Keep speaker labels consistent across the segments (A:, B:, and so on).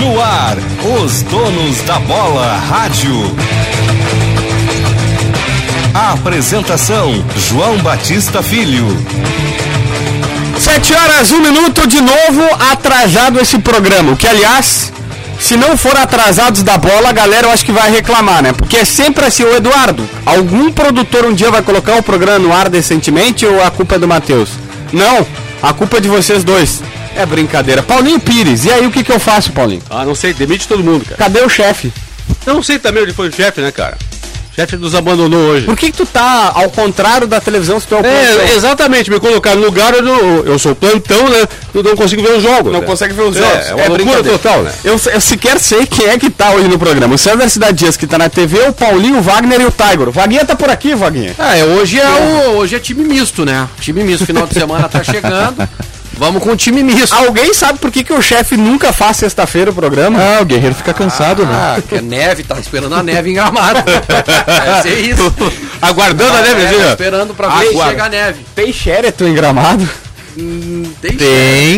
A: No ar, os donos da bola rádio. Apresentação: João Batista Filho.
B: Sete horas, um minuto, de novo atrasado esse programa. Que, aliás, se não for atrasados da bola, a galera eu acho que vai reclamar, né? Porque é sempre assim, o Eduardo, algum produtor um dia vai colocar o programa no ar decentemente ou a culpa é do Matheus? Não, a culpa é de vocês dois. É brincadeira. Paulinho Pires, e aí o que, que eu faço, Paulinho?
C: Ah, não sei, demite todo mundo, cara.
B: Cadê o chefe?
C: Eu não sei também onde foi o chefe, né, cara? O chefe nos abandonou hoje.
B: Por que, que tu tá ao contrário da televisão se tu é o plantão?
C: É, exatamente, me colocar no lugar onde eu, eu sou plantão, né? Eu não consigo ver os jogos.
B: Não
C: né?
B: consegue ver os
C: É,
B: jogos.
C: é uma loucura
B: brincadeira.
C: total, né?
B: Eu, eu sequer sei quem é que tá hoje no programa. O César Cidade Dias, que tá na TV, o Paulinho, o Wagner e o Tiger. O Vaguinha tá por aqui, Vaguinha.
D: Ah, é, hoje é, o, hoje é time misto, né? Time misto, final de semana tá chegando. Vamos com o time misto.
B: Alguém sabe por que, que o chefe nunca faz sexta-feira o programa?
E: Ah, o guerreiro fica cansado, né?
D: Ah, que é neve, tá esperando a neve em Gramado. Vai ser isso.
C: Aguardando a neve,
D: É,
C: Gina.
D: esperando pra ver se
C: Aguarda.
D: chega a neve.
B: né, Tem Sheraton em Gramado?
D: Tem, né?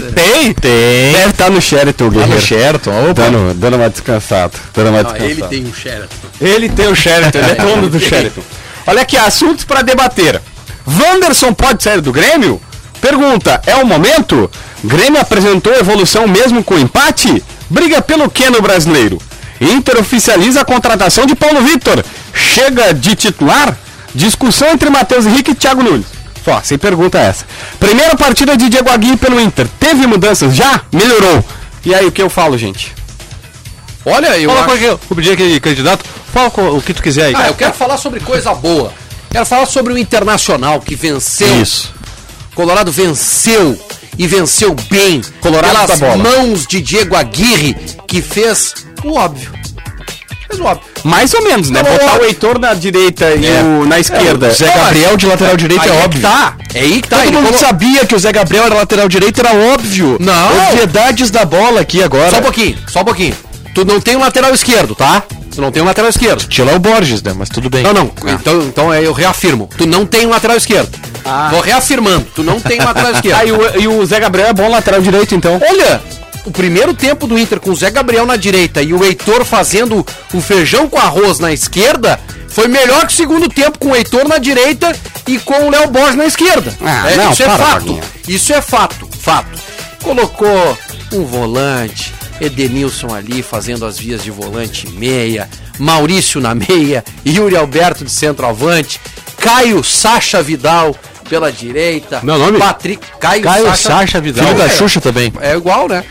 D: chance.
B: Tem? Tem. Deve estar no Sheraton, o
E: Lá no
B: guerreiro.
E: Sheraton, opa.
B: Dando, dando uma descansada. Dando uma
D: Não,
B: descansada.
D: ele tem um Sheraton.
B: Ele tem o Sheraton, ele é dono do Sheraton. Olha aqui, assuntos para debater. Wanderson pode sair do Grêmio? Pergunta, é o momento? Grêmio apresentou evolução mesmo com empate? Briga pelo que no brasileiro? Inter oficializa a contratação de Paulo Vitor. Chega de titular? Discussão entre Matheus Henrique e Thiago Nunes. Só, sem pergunta essa. Primeira partida de Diego Aguirre pelo Inter. Teve mudanças já? Melhorou. E aí, o que eu falo, gente?
D: Olha, eu
C: Fala
D: acho...
C: com aquele, com aquele é candidato, fala com o que tu quiser aí.
D: Ah, eu quero falar sobre coisa boa. Quero falar sobre o Internacional que venceu.
E: Isso.
D: Colorado venceu e venceu bem. Colorado
B: da
D: pelas
B: bola.
D: mãos de Diego Aguirre que fez o óbvio. Fez o óbvio.
B: Mais ou menos, né? Botar o Heitor na direita e o na esquerda.
E: É.
B: É
E: Zé Gabriel de lateral direito
D: Aí
E: é
D: é que
E: óbvio.
D: tá. É aí que tá.
E: Todo
D: ele
E: mundo
D: colo-
E: sabia que o Zé Gabriel era lateral direito, era óbvio.
D: Não.
E: Obviedades da bola aqui agora.
D: Só um pouquinho, só um pouquinho. Tu não tem um lateral esquerdo, tá? Tu não tem um lateral esquerdo.
E: Tinha lá o Borges, né? Mas tudo bem.
D: Não, não.
B: Tá.
D: Então, então é, eu reafirmo. Tu não tem um lateral esquerdo. Vou reafirmando. Tu não tem um lateral esquerdo.
B: Ah, e o, e o Zé Gabriel é bom lateral direito, então.
E: É,
D: Olha, o primeiro tempo do Inter com o Zé Gabriel na direita e o Heitor fazendo o feijão com arroz na esquerda foi melhor que o segundo tempo com o Heitor na direita e com o Léo Borges na esquerda.
B: Ah,
D: É,
B: não,
D: isso é
B: para,
D: fato.
B: Vaguinha.
D: Isso é fato, fato. Colocou um volante, Edenilson ali fazendo as vias de volante e meia, Maurício na meia, Yuri Alberto de centroavante, Caio Sacha Vidal pela direita.
C: Meu nome?
D: Patrick Caio,
E: Caio Sacha Vidal. Filho da
D: É.
E: Xuxa também.
D: É igual, né?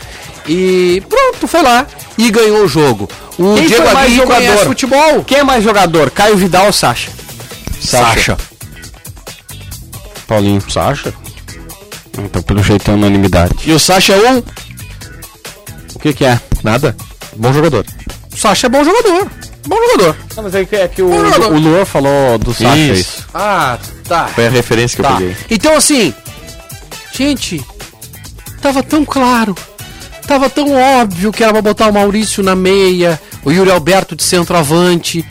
D: E pronto, foi lá. E ganhou o jogo. O
B: Quem
D: Diego
B: foi mais
D: Aguirre conhece
B: jogador?
D: futebol.
B: Quem é mais jogador? Caio Vidal ou Sacha?
E: Sacha.
B: Paulinho. Sacha? Então, pelo jeito, é unanimidade.
E: E o Sacha é um.
B: O que que é?
E: Nada. Bom jogador.
D: O Sacha é bom jogador. Bom jogador.
B: Não, mas é que, é que
E: Tá
B: o,
D: jogador.
B: o Luan falou do Sacha.
E: Isso.
B: isso.
D: Ah, tá.
E: Foi a referência que eu
D: tá.
E: peguei.
D: Então assim, gente, tava tão claro. Tava tão óbvio que era pra botar o Maurício na meia, o Yuri Alberto de centroavante.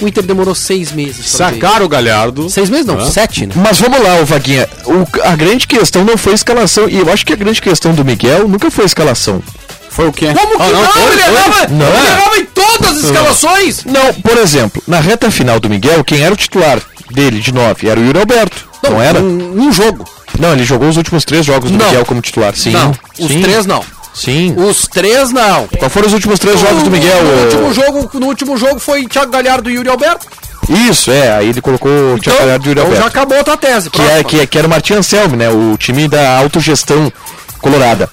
D: O Inter demorou seis meses. pra ver.
C: Sacaram o Galhardo.
D: Seis meses não, sete, né?
E: Mas vamos lá, ô Vaguinha. O- a grande questão não foi a escalação. E eu acho que a grande questão do Miguel nunca foi a escalação.
B: Foi o quê?
D: Como que Ah, não? é. ele errava,
E: Não.
D: ele errava em todas as escalações.
E: Não, por exemplo, na reta final do Miguel, quem era o titular dele de 9 era o Yuri Alberto. Não, era?
D: Um, um jogo.
E: Não, ele jogou os últimos três jogos do
D: Não.
E: Miguel como titular. Sim.
D: Não, os
E: Sim.
D: três não.
E: Sim.
D: Os três não.
E: Qual foram os últimos três jogos do Miguel? eh,
D: No
E: ô?
D: último jogo, no último jogo foi Thiago Galhardo e Yuri Alberto.
E: Isso, é. Aí ele colocou o Thiago Galhardo e o Yuri
D: então já
E: Alberto.
D: acabou a tua tese.
E: Que, é, que, é- que era o Martin Anselmi, né? O time da autogestão colorada.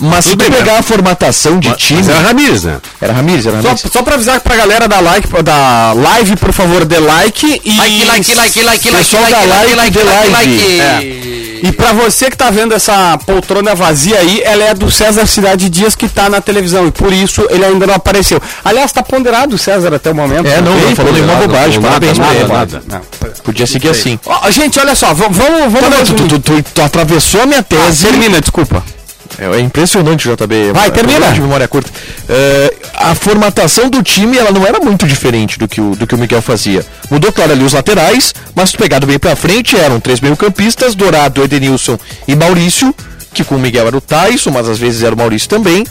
E: Mas se
C: tudo
E: tu
C: bem,
B: né?
E: pegar a formatação de time.
C: Mas era Ramires, né?
E: Era Ramires, era
B: é- Só,
E: Ramires.
B: só pra avisar pra galera da, like, da live, por favor, dê like e...
D: Like, like, like, like, like,
E: Pessoal da
D: like,
E: live,
D: like,
E: de
D: like,
E: live.
D: like.
B: E pra você que tá vendo essa poltrona vazia aí, ela é do César Cidade Dias que tá na televisão e por isso ele ainda não apareceu. Aliás, tá ponderado o César até o momento.
E: É, não,
B: Bem
E: não falou nenhuma
B: ponderado,
E: bobagem.
B: não falou
E: Parabéns pra ele.
B: nada, nada.
E: Podia seguir assim.
B: Ó, gente, olha só, vamos, vamos,
E: Não,
B: vamos
E: não, tu, tu- tu- tu atravessou a minha tese.
B: termina, desculpa.
E: É, é impressionante o JB.
B: Vai,
E: É um
B: termina.
E: programa De memória curta. É, a formatação do time ela não era muito diferente do que o, do que o Miguel fazia. Mudou, claro, ali os laterais, mas pegado bem pra frente eram três meio-campistas: Dourado, Edenilson e Maurício.
B: que com o Miguel era o Tyson, mas às vezes era o Maurício também.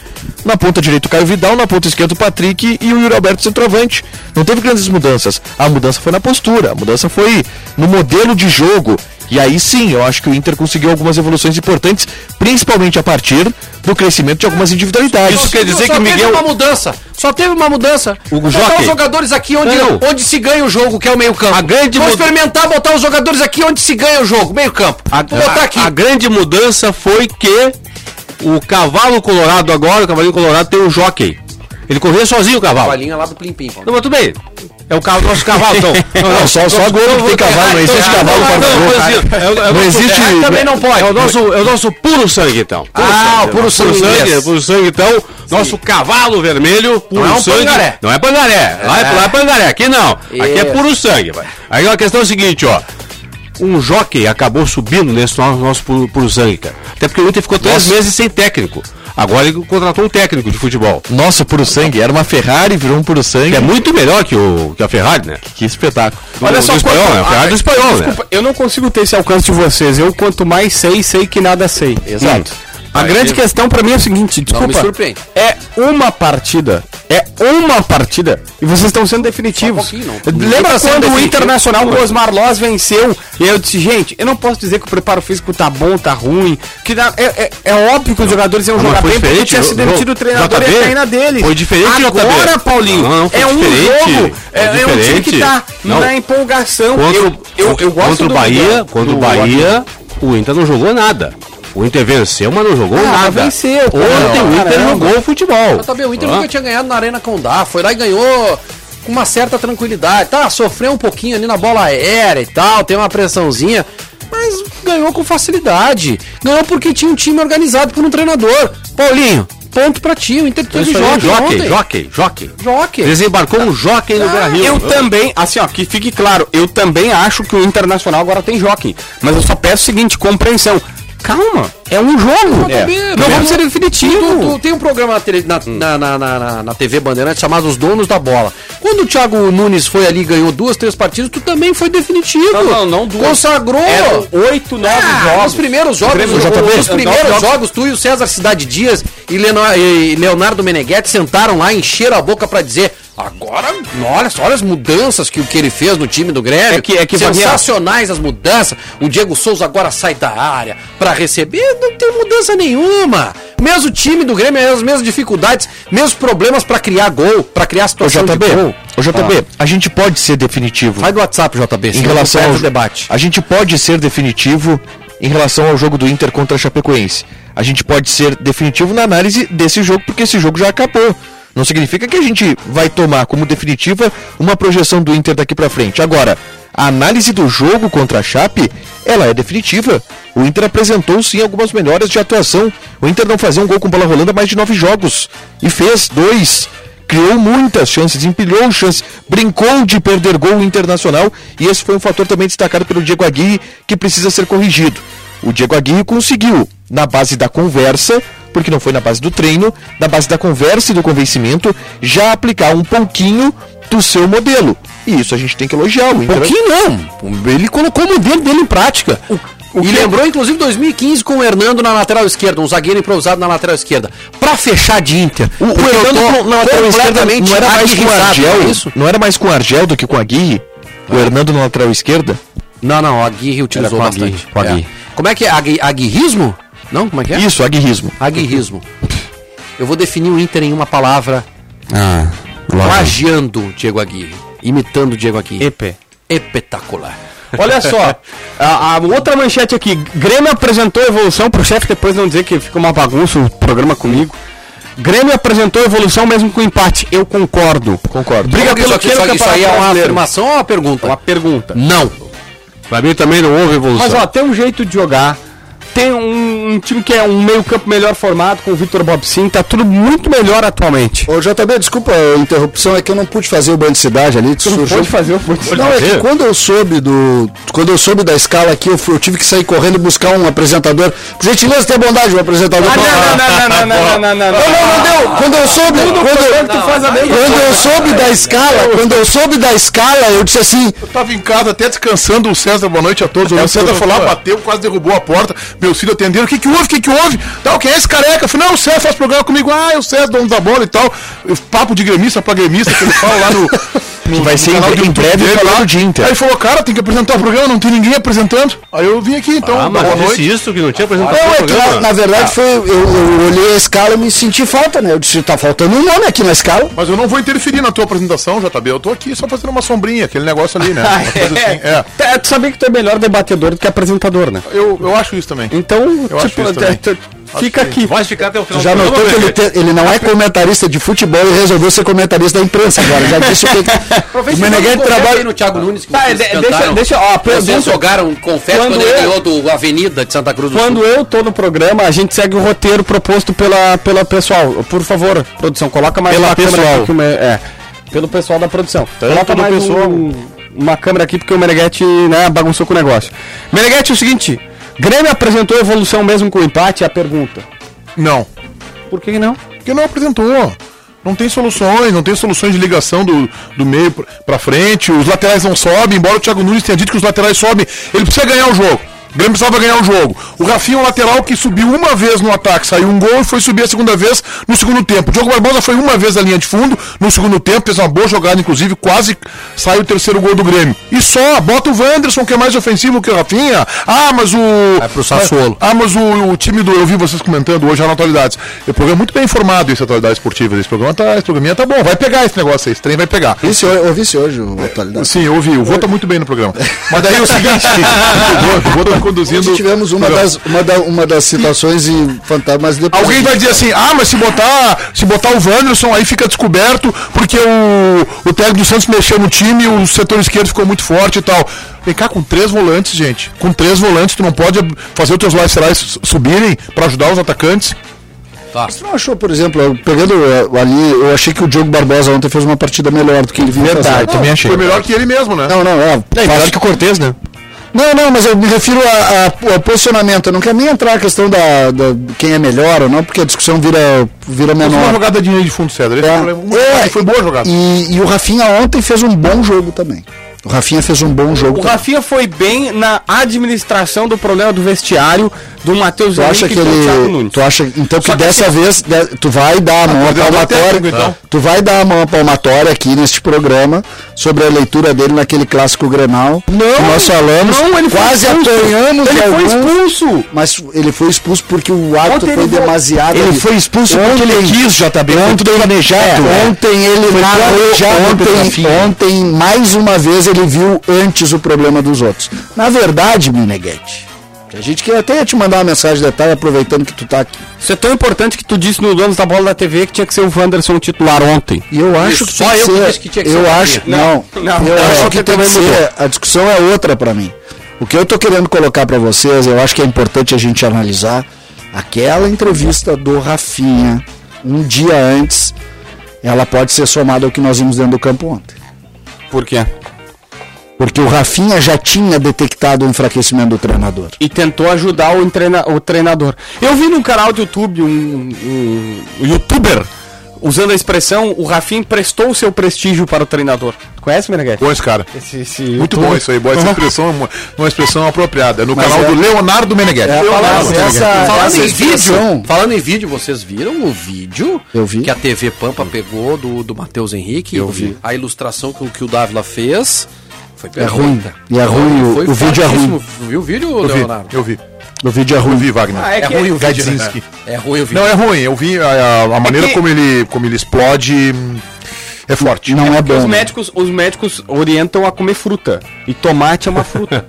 B: Na ponta direita o Caio Vidal, na ponta esquerda o Patrick e o Yuri Alberto centroavante. Não teve grandes mudanças. A mudança foi na postura, a mudança foi no modelo de jogo. E aí sim, eu acho que o Inter conseguiu algumas evoluções importantes, principalmente a partir do crescimento de algumas individualidades.
C: Isso quer dizer
D: Só
C: que o
D: teve
C: Miguel.
D: uma mudança. Só teve uma mudança.
C: O
D: botar
C: Jockey.
D: os jogadores aqui onde,
C: Não.
D: onde se ganha o jogo, que é o meio-campo.
C: A grande
D: Vou
C: mud-
D: experimentar botar os jogadores aqui onde se ganha o jogo, meio-campo.
C: A,
D: Vou botar aqui.
C: a- a grande mudança foi que o cavalo colorado agora, o cavalinho colorado tem um jockey. Ele corria sozinho o cavalo.
D: bolinha lá do Plim Pim.
C: Não, mas tudo bem. É o ca- nosso cavalo, então. Não, não,
B: só- só agora que tem cavalo, não existe cavalo para
C: Não,
B: jogo.
C: mas assim, é o- é o
B: Não
C: nosso-
B: existe-
C: é, também não pode. É o nosso, é o nosso puro sangue, então.
D: Ah, o puro sangue,
C: é
D: yes.
C: o puro sangue, então. Nosso cavalo vermelho, puro
D: é um
C: sangue.
D: pangaré.
C: Não é pangaré. Lá é, lá é pangaré. Aqui não. Aqui é
D: Isso.
C: puro sangue. vai. Aí a questão é o seguinte, ó. Um jockey acabou subindo nesse nosso, nosso puro, puro sangue, cara. Até porque o Inter ficou três meses sem técnico. Agora ele contratou um técnico de futebol.
B: Nossa, o puro sangue, era uma Ferrari, virou um puro sangue.
C: Que é muito melhor que, o, que a Ferrari, né?
B: Que espetáculo.
C: Olha só o
B: quanto-
C: espanhol, né? A Ferrari do espanhol, né?
F: Ah, Desculpa, eu não consigo ter esse alcance de vocês. Eu, quanto mais sei, sei que nada sei.
B: Exato.
F: A grande questão pra mim é o seguinte, desculpa.
D: me surpreende.
F: É uma partida. É uma partida. E vocês estão sendo definitivos.
D: Só um pouquinho, não. Ninguém
F: Lembra
D: tá sendo
F: quando o
D: definitivo.
F: Internacional, o Osmar Loz venceu? E aí eu disse, gente, eu não posso dizer que o preparo físico tá bom, tá ruim. Que dá- é, é- é óbvio que os jogadores iam
C: Não,
F: jogar
C: mas foi
F: bem porque
C: diferente,
F: tinha se
C: jo-
F: demitido o
C: jo-
F: treinador e
C: JB,
F: a treina deles.
C: foi diferente, JB.
F: Agora, Paulinho,
C: Não, não, foi
F: é um
C: diferente,
F: jogo. É,
C: foi
F: é um time que
C: diferente.
F: tá
C: Não.
F: na empolgação.
C: Contra, o- contra o
F: do
C: Bahia,
F: Miguel.
C: contra o
F: Do-
C: Bahia, o Inter não jogou nada. O Inter venceu, mas não jogou
F: Ah, mas
C: nada.
F: venceu, cara.
C: Ontem o Inter
F: Caramba.
C: jogou futebol.
D: Mas também tá o Inter
C: Ah.
D: nunca tinha ganhado na Arena Condá. Foi lá e ganhou com uma certa tranquilidade. Tá, sofreu um pouquinho ali na bola aérea e tal, tem uma pressãozinha. Mas ganhou com facilidade. Ganhou porque tinha um time organizado por um treinador. Paulinho, ponto pra ti. O Inter teve
C: Isso aí,
D: jockey,
C: Jockey,
D: ontem.
C: jockey, jockey.
D: Jockey.
C: Desembarcou um jockey no
F: Tá.
C: Brasil.
F: Ah, Eu também, assim, ó, que fique claro, eu também acho que o Internacional agora tem jockey. Mas eu só peço o seguinte, compreensão. Calma, é um jogo.
D: É.
F: Não vamos ser
D: Tu, tu
F: definitivo. Hum.
D: tem um programa na, tele- na, na, na, na- na- na TV Bandeirantes chamado Os Donos da Bola. Quando o Thiago Nunes foi ali e ganhou duas, três partidas, tu também foi definitivo.
F: Não, não, não duas.
D: Consagrou.
F: Oito, nove
D: Os Ah, primeiros jogos,
F: Grêmio,
D: o-
F: JB,
D: os primeiros
F: nove
D: jogos. tu e o César Cidade Dias e Leonardo, e Leonardo Meneghetti sentaram lá, encheram a boca pra dizer agora, olha só, olha as mudanças que, o que ele fez no time do Grêmio.
F: É que- é que,
D: Sensacionais as mudanças. O Diego Souza agora sai da área pra receber, não tem mudança nenhuma. Mesmo time do Grêmio, as mesmas dificuldades, mesmos problemas pra criar gol, pra criar
B: Ô
D: situação de
B: JB,
D: gol.
B: ô JB,
F: Ah.
B: a gente pode ser definitivo
D: Vai do WhatsApp, JB,
B: em
D: senão
B: relação
D: não
B: ao
D: perde o debate.
B: A gente pode ser definitivo em relação ao jogo do Inter contra a Chapecoense. A gente pode ser definitivo na análise desse jogo porque esse jogo já acabou. Não significa que a gente vai tomar como definitiva uma projeção do Inter daqui pra frente. Agora, a análise do jogo contra a Chape, ela é definitiva. O Inter apresentou sim algumas melhoras de atuação. O Inter não fazia um gol com bola rolando há mais de nove jogos e fez dois criou muitas chances, empilhou chances, brincou de perder gol internacional e esse foi um fator também destacado pelo Diego Aguirre que precisa ser corrigido. O Diego Aguirre conseguiu, na base da conversa, porque não foi na base do treino, na base da conversa e do convencimento, já aplicar um pouquinho do seu modelo. E isso a gente tem que elogiar. O Inter
D: Que não? Ele colocou o modelo dele em prática. e lembrou, inclusive, 2015 com o Hernando na lateral esquerda, um zagueiro improvisado na lateral esquerda. Pra fechar de Inter.
B: O, o
D: Porque eu
B: Hernando
D: tô
B: com- na lateral esquerda
D: completamente
B: não era mais com o
D: aguerriçado,
B: Argel,
D: é isso?
B: não era mais com o Argel do que com a Aguirre. O Hernando na lateral esquerda.
D: Não, não, a Aguirre
B: Era
D: utilizou
B: com a Aguirre,
D: bastante.
B: com a Aguirre.
D: É. Como é que é? Agui- Aguirrismo? Não, como é que é?
B: Isso, aguirrismo.
D: Aguirrismo. Eu vou definir o Inter em uma palavra,
B: Ah,
D: plagiando o Diego Aguirre, imitando o Diego Aguirre.
F: EP.
D: Espetacular.
F: Olha só, a, a outra manchete aqui. Grêmio apresentou evolução pro chefe depois não dizer que fica uma bagunça o programa comigo. Grêmio apresentou evolução mesmo com empate. Eu concordo.
B: Concordo.
F: Briga
D: Como que
F: pelo
D: isso, aqui- isso,
F: que
D: isso aí é uma afirmação ou uma pergunta?
F: Uma pergunta.
D: Não.
C: Pra mim também não houve evolução.
F: Mas ó, tem um jeito de jogar. Tem um, um time que é um meio-campo melhor formado com o Vitor Bobsin, tá tudo muito melhor atualmente.
G: Ô, JB, desculpa a interrupção, é que eu não pude fazer o Band Cidade ali. Tu
F: Não pode fazer o futebol.
G: Não, é
C: fazer?
G: que quando eu soube do. Quando eu soube da escala aqui, eu, fui- eu tive que sair correndo e buscar um apresentador. Por gentileza, tem bondade, um apresentador.
F: Ah, não, não, não, não, não, não, não, não.
G: não, não deu. Quando eu soube. Quando, quando eu soube da escala, quando eu soube da escala, eu disse assim.
C: É
F: É,
H: Eu tava em casa até descansando o César, boa noite a todos. O César foi lá, bateu, quase derrubou a porta.
I: meu filho atendendo, o que que houve, o que que houve? Tal, quem é esse careca? Eu falei, não, o César faz programa comigo, ah, é o César, dono da bola e tal. Eu- papo de gremista pra gremista, que ele fala lá no... no
E: Vai
I: no
E: ser em
I: canal
E: bre-
I: do
E: em
I: YouTube
E: breve
I: dele
E: falando
I: lá.
E: de Inter.
I: Aí ele falou, cara, tem que apresentar o programa, não tem ninguém apresentando. Aí eu vim aqui, então,
C: Ah, mas
I: boa
C: disse
I: noite.
C: isso, que não tinha
B: Tá
C: apresentado
J: Não,
C: o
J: é que
C: programa.
J: na, na verdade foi. Eu, eu olhei a escala e me senti falta, né? Eu disse, tá faltando um nome aqui na escala.
I: Mas eu não vou interferir na tua apresentação, JB. Eu tô aqui só fazendo uma sombrinha, aquele negócio ali, né?
D: Ah,
I: Uma coisa assim, é.
D: Tá,
B: É, tu sabia que tu é melhor debatedor do que apresentador, né?
I: Eu, eu acho isso também.
B: Então,
I: Eu acho
B: tipo,
I: isso
B: tu-
I: também.
B: tu- fica aqui.
C: Vai ficar até o final
J: Já
C: do
J: notou
C: programa,
J: que ele,
C: Pepe?
J: te- ele não é comentarista de futebol e resolveu ser comentarista da imprensa agora. Já disse o que. que- o Meneghete trabalha.
D: no Thiago Nunes que
B: Tá,
D: vocês
B: de- deixa-
D: cantaram.
B: deixa- ó,
D: Vocês
B: pergunta-
D: jogaram um confete
B: Quando
D: quando, ele
B: eu-
D: ganhou do Avenida de Santa Cruz do
B: Quando
D: Sul.
B: eu tô no programa, a gente segue o roteiro proposto pela, pela pessoal. Por favor, produção, coloca mais
E: Pela
B: uma câmera
E: pessoal.
B: aqui. que o Me- É, pelo pessoal da produção. coloca
C: do
B: mais um-
C: pessoal.
B: uma câmera aqui, porque o Meneghete né, bagunçou com o negócio. Meneghete, é o seguinte. Grêmio apresentou evolução mesmo com o empate? É A pergunta.
I: Não.
B: Por que não?
I: Porque não apresentou. Não tem soluções, não tem soluções de ligação do, do meio pra- pra frente. Os laterais não sobem, embora o Thiago Nunes tenha dito que os laterais sobem. Ele precisa ganhar o jogo. O Grêmio precisava ganhar o jogo. O Rafinha é um lateral que subiu uma vez no ataque, saiu um gol e foi subir a segunda vez no segundo tempo. O Diogo Barbosa foi uma vez na linha de fundo no segundo tempo, fez uma boa jogada, inclusive quase saiu o terceiro gol do Grêmio. E só, bota o Wanderson, que é mais ofensivo que o Rafinha. Ah, mas o. É
D: pro Sassuolo.
I: ah, mas o, o time do. Eu vi vocês comentando hoje lá na Atualidades. O programa é muito bem informado, esse Atualidades Esportivas. Esse programa tá, esse programinha tá bom, vai pegar esse negócio aí, esse trem vai pegar.
J: Isso, eu ouvi isso hoje, o atualidade.
I: Sim, eu ouvi, o Vô tá muito bem no programa. Mas daí é o seguinte, o Vô- o Vô tá conduzindo.
J: Hoje tivemos uma
I: o programa.
J: das, uma, da- uma das situações e fantasmas depois.
I: Alguém vai dizer assim, ah, mas se botar, se botar o Wanderson aí fica descoberto, porque o, o técnico do Santos mexeu no time, o setor esquerdo ficou muito forte e tal. Vem cá, com três volantes, gente. Com três volantes, tu não pode fazer os teus laterais su- subirem pra ajudar os atacantes.
D: Tá.
J: Você não achou, por exemplo, eu- pegando eh, ali, eu achei que o Diogo Barbosa ontem fez uma partida melhor do que ele vinha Verdade,
I: Não, Foi melhor que ele mesmo, né?
J: Não, não, é. faz-
E: o Cortez, né?
J: Não, não, mas eu me refiro a, a- ao posicionamento. Eu não quero nem entrar a questão da, da- quem é melhor ou não, porque a discussão vira, vira
I: Foi uma
J: menor.
I: jogada de linha de fundo, Cedro. Esse é o problema. Uma jogada, foi boa a jogada.
J: E, e o Rafinha ontem fez um bom jogo também. O Rafinha fez um bom jogo
B: O
J: também.
B: Rafinha foi bem na administração do problema do vestiário do Matheus
J: Tu acha
B: Henrique
J: que
B: e do Thiago Nunes.
J: ele. Tu acha, então que,
B: Só que assim,
J: dessa vez de- tu vai dar a mão à
I: coordenador
J: palmatória.
I: técnico, então.
J: Tu vai dar a mão à palmatória aqui neste programa sobre a leitura dele naquele clássico Grenal. Não, nós falamos,
B: não, ele foi
J: quase
B: expulso.
J: apanhamos
B: Ele
J: de
B: foi
J: alguns,
B: expulso.
J: Mas ele foi expulso porque o ato
B: Ontem
J: foi
B: ele foi-
J: demasiado.
E: Ele
J: ali.
E: foi expulso
J: Ontem-
E: porque ele quis, JB. Ontem foi planejado.
J: é, ontem ele narrou,
E: planejado pelo
J: ontem,
E: Rafinha.
J: ontem, mais uma vez, ele viu antes o problema dos outros. Na verdade, Mineguete, a gente queria até te mandar uma mensagem de detalhe, aproveitando que tu tá aqui.
B: Isso é tão importante que tu disse no Donos da Bola da TV que tinha que ser o Wanderson titular ontem.
J: E eu acho que
D: só eu
J: tem que
D: que
J: ser,
D: disse que tinha que ser
J: eu
D: o
J: acho, não,
B: não,
J: eu
B: não,
J: acho
B: ontem
J: que tem que
B: também
J: ser, a discussão é outra pra mim. O que eu tô querendo colocar pra vocês, eu acho que é importante a gente analisar aquela entrevista do Rafinha um dia antes, ela pode ser somada ao que nós vimos dentro do campo ontem.
B: Por quê?
J: Porque o Rafinha já tinha detectado o enfraquecimento do treinador.
B: E tentou ajudar o, entrena- o treinador. Eu vi num canal do YouTube um, um- um youtuber usando a expressão o Rafinha emprestou o seu prestígio para o treinador. Tu conhece, Meneghete?
I: Bom esse cara.
B: Esse, esse
I: Muito
B: youtuber.
I: bom isso aí, boa. Essa expressão é uma, uma expressão apropriada. É No canal
J: Uhum. é-
I: do Leonardo Meneghetti.
J: É,
I: Leonardo
J: mas
I: Meneghetti.
J: essa,
D: Falando
J: essa é
D: em,
J: expressão-
D: vídeo, falando em vídeo, vocês viram o vídeo
J: Eu vi.
D: que a TV Pampa pegou do, do Matheus Henrique? Eu vi. A ilustração que, o- que o Dávila fez foi perfeita.
J: ruim. E é ruim, o-
D: Foi
J: o vídeo é ruim.
D: fortíssimo. Viu o vídeo,
I: Eu vi,
D: Leonardo?
I: eu vi.
J: No vídeo é
I: Eu
J: ruim.
I: vi, Wagner.
B: Ah, é, que,
D: ruim o vídeo. né?
I: Kaczynski.
D: É ruim o vídeo.
I: Não, é ruim. Eu vi a, a- a maneira
B: É que-
I: como, ele, como ele explode. hum, É forte.
J: Não é,
B: porque os
J: bom. né?
B: médicos, os médicos orientam a comer fruta. E tomate é uma fruta.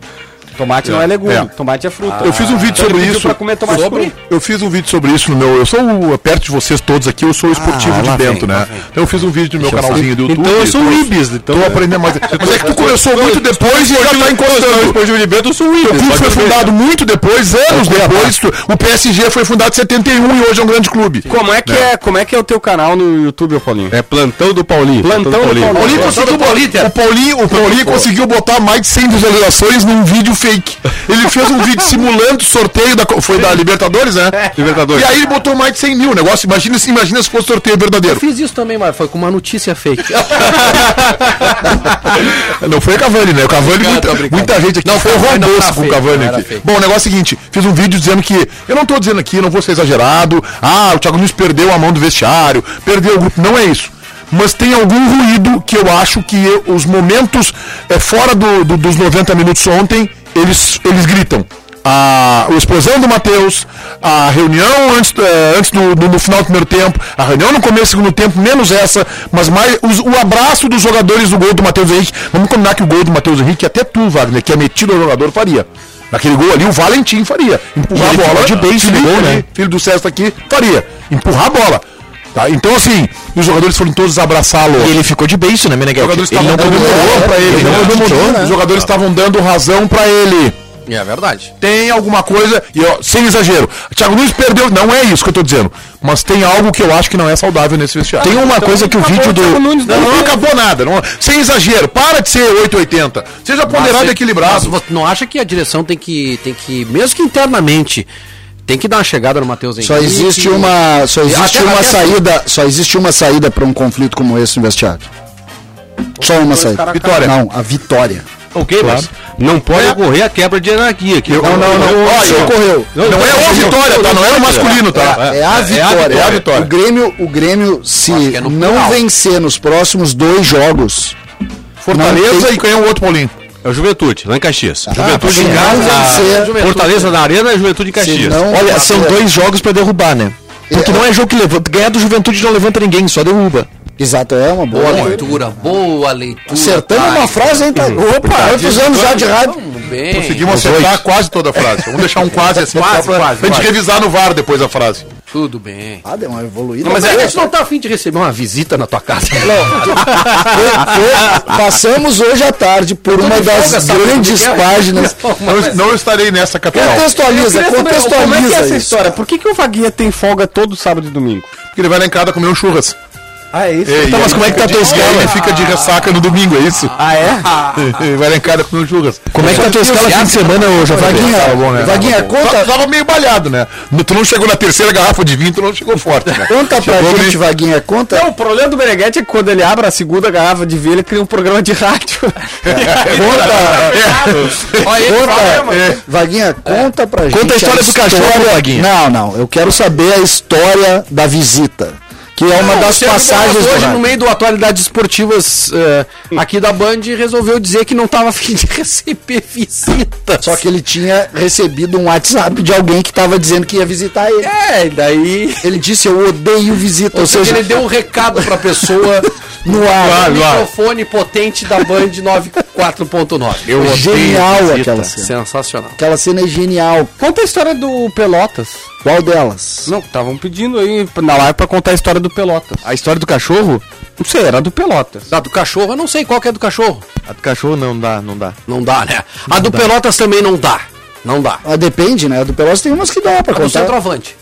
B: tomate não é legume,
I: É.
B: tomate é fruta.
I: Eu fiz um vídeo
B: Então ele
I: sobre
B: pediu
I: isso.
B: pra comer tomate
D: Sobre?
B: cru.
I: Eu fiz um vídeo sobre isso no meu. Eu sou o- perto de vocês todos aqui, eu sou o esportivo de Bento, né? Então eu fiz um vídeo no meu canalzinho do YouTube.
C: Então eu sou o
I: tô-
C: Ibis, então.
I: Tô aprendendo mais. Mas é que tu começou muito depois e já tá encostando.
C: Esportivo de Bento, eu sou o
I: O clube
C: Ibis.
I: foi fundado muito depois, anos depois. tu- O PSG foi fundado em 71 e hoje é um grande clube.
B: Como é que é. como é que é o teu canal no YouTube, Paulinho?
C: É plantão do Paulinho.
B: Plantão do Paulinho.
I: Paulinho
B: Paulinho
I: conseguiu, o Paulinho, o Paulinho conseguiu botar mais de 100 visualizações num vídeo fake. Ele fez um vídeo simulando o sorteio da. co- Foi da Libertadores, né?
D: É.
B: Libertadores.
I: E aí ele botou mais de 100 mil o negócio. Imagina, se- imagina se fosse sorteio verdadeiro.
D: Fiz isso também, mas foi com uma notícia fake.
I: Não foi o Cavani, né? O Cavani,
D: Obrigado,
I: muita,
D: obrigado.
I: muita gente aqui. Não, foi
D: não
I: horroroso
D: era
I: com o
D: fake,
I: Cavani
D: não era
I: aqui.
D: fake.
I: Bom, o negócio é o seguinte: fiz um vídeo dizendo que. Eu não tô dizendo aqui, não vou ser exagerado. Ah, o Thiago Nunes perdeu a mão do vestiário, perdeu o grupo. Não é isso. Mas tem algum ruído que eu acho que eu- os momentos é, fora do- do- dos 90 minutos ontem, eles, eles gritam. A, a explosão do Matheus, a reunião antes, eh, antes do, do- do final do primeiro tempo, a reunião no começo do segundo tempo, menos essa, mas mais os- o abraço dos jogadores do gol do Matheus Henrique. Vamos combinar que o gol do Matheus Henrique, até tu, Wagner, que é metido ao jogador, faria. Naquele gol ali, o Valentim faria. Empurrar a bola. De bem, filho, gol, né? filho do César aqui, faria. Empurrar a bola. Tá? Então, assim, os jogadores foram todos abraçá-lo.
E: E ele ficou de beiço, né,
I: Os
E: Meneghel?
I: jogadores
E: Ele
I: estavam
E: não
I: dando
E: comemorou
I: razão pra ele.
E: Ele não
I: Não,
E: comemorou,
I: Os jogadores estavam dando razão pra ele
D: é verdade.
I: tem alguma coisa, e ó, sem exagero, Thiago Nunes perdeu, não é isso que eu tô dizendo, mas tem algo que eu acho que não é saudável nesse vestiário. Tem uma coisa que o vídeo do... não, não acabou nada, não- sem exagero, para de ser 880, seja ponderado
D: é
I: e equilibrado.
D: Mas você não acha que a direção tem que, tem que mesmo que internamente, tem que dar uma chegada no Matheus Henrique?
J: Só existe uma, só existe
D: Até-
J: uma
D: até-
J: saída, só existe uma saída para um conflito como esse no vestiário. Só uma saída. Vitória. Não, a vitória.
B: Ok, mas não
I: É.
B: pode ocorrer a quebra de hierarquia. Que
I: Não, não, não, ó,
J: Isso
I: eu-
J: ocorreu.
I: não, é o vitória, tá? Não
E: um
I: é o masculino, tá?
J: É a vitória.
I: É a vitória.
J: O Grêmio, o Grêmio se
D: Acho que é no
J: não
D: final.
J: vencer nos próximos dois jogos,
I: Fortaleza e ganhou o outro Paulinho.
B: É o Juventude, lá em Caxias.
J: se
B: Juventude em
J: não
B: casa.
J: vencer-
I: é.
B: Fortaleza na Arena e Juventude em
J: se
B: Caxias.
J: não
E: Olha, são
J: vencer-
E: dois jogos pra derrubar, né? Porque
J: É.
E: não é jogo que levanta. Ganhar do Juventude não levanta ninguém, só derruba.
J: Exato, é uma boa.
D: Boa
J: né?
D: leitura, boa leitura. tá?
J: Acertando
D: Thales.
J: uma frase, hein, cara? Opa, quantos anos já de rádio?
D: Vamos bem.
I: Conseguimos acertar quase toda a frase. Vamos deixar um quase assim,
D: Quase,
I: só pra,
D: quase,
I: pra gente
D: quase.
I: revisar no VAR depois a frase.
D: Tudo bem.
J: Ah, deu uma evoluída.
D: Mas a gente não tá afim de receber uma visita na tua casa.
J: Foi- Passamos hoje à tarde por uma
D: de
J: das
D: folga, sabe?
J: grandes
D: Miguel?
J: páginas.
D: Ah,
I: Não,
D: tá.
I: não estarei nessa capital.
J: Contextualiza,
K: Como é que é
J: contextualiza
K: essa
J: isso.
K: história? Por que, que o Vaguinha tem folga todo sábado e domingo?
I: Porque ele vai lá em casa comer um churras.
K: Ah, é isso?
I: então, mas como é que tá a tua escola? Ele fica de ressaca no domingo, é isso? Ah, é? Vai lá em casa comer um churras.
E: Como é que tá a tua escala fim de semana hoje,
J: Vaguinha,
I: Tá bom, né?
J: Vaguinha,
I: Tá bom.
J: conta-
I: Só tava meio balhado, né? No- Tu não chegou na terceira garrafa de vinho, tu não chegou forte. Né?
J: Conta pra
I: Chegou
J: gente,
I: ali.
J: Vaguinha, conta.
K: Não, o problema do Beneguete é que quando ele abre a segunda garrafa de vinho, ele cria um programa de rádio.
D: É. Olha ele, né,
J: Conta,
D: problema.
J: é, Vaguinha, conta pra gente.
E: Conta a história do cachorro, Vaguinha.
J: Não, não, eu quero saber a história da visita, que é uma das
D: Você
J: passagens do
D: hoje, no
J: rádio.
D: meio do Atualidades Esportivas eh, aqui da Band, resolveu dizer que não tava afim de receber visita.
J: Só que ele tinha recebido um WhatsApp de alguém que tava dizendo que ia visitar ele.
D: É, e daí.
J: Ele disse, eu odeio visita. Ou seja,
D: ele deu um recado pra pessoa
J: no
D: no
J: ar.
D: microfone potente da Band 94.9. Eu
J: Genial aquela cena.
D: Sensacional.
J: Aquela cena é genial.
K: Conta a história do Pelotas.
J: Qual delas?
K: Não, estavam pedindo aí na live pra contar a história do Pelotas.
E: A história do cachorro?
K: Não sei, era do Pelotas.
D: Da do cachorro, eu não sei qual que é do cachorro.
E: A do cachorro
B: né?
E: não dá, não dá.
D: Não dá, né? a do Pelotas também não dá. Não dá.
J: Ah, depende, né? A do Pelotas tem umas que dá pra
D: A do
J: contar.
D: centroavante.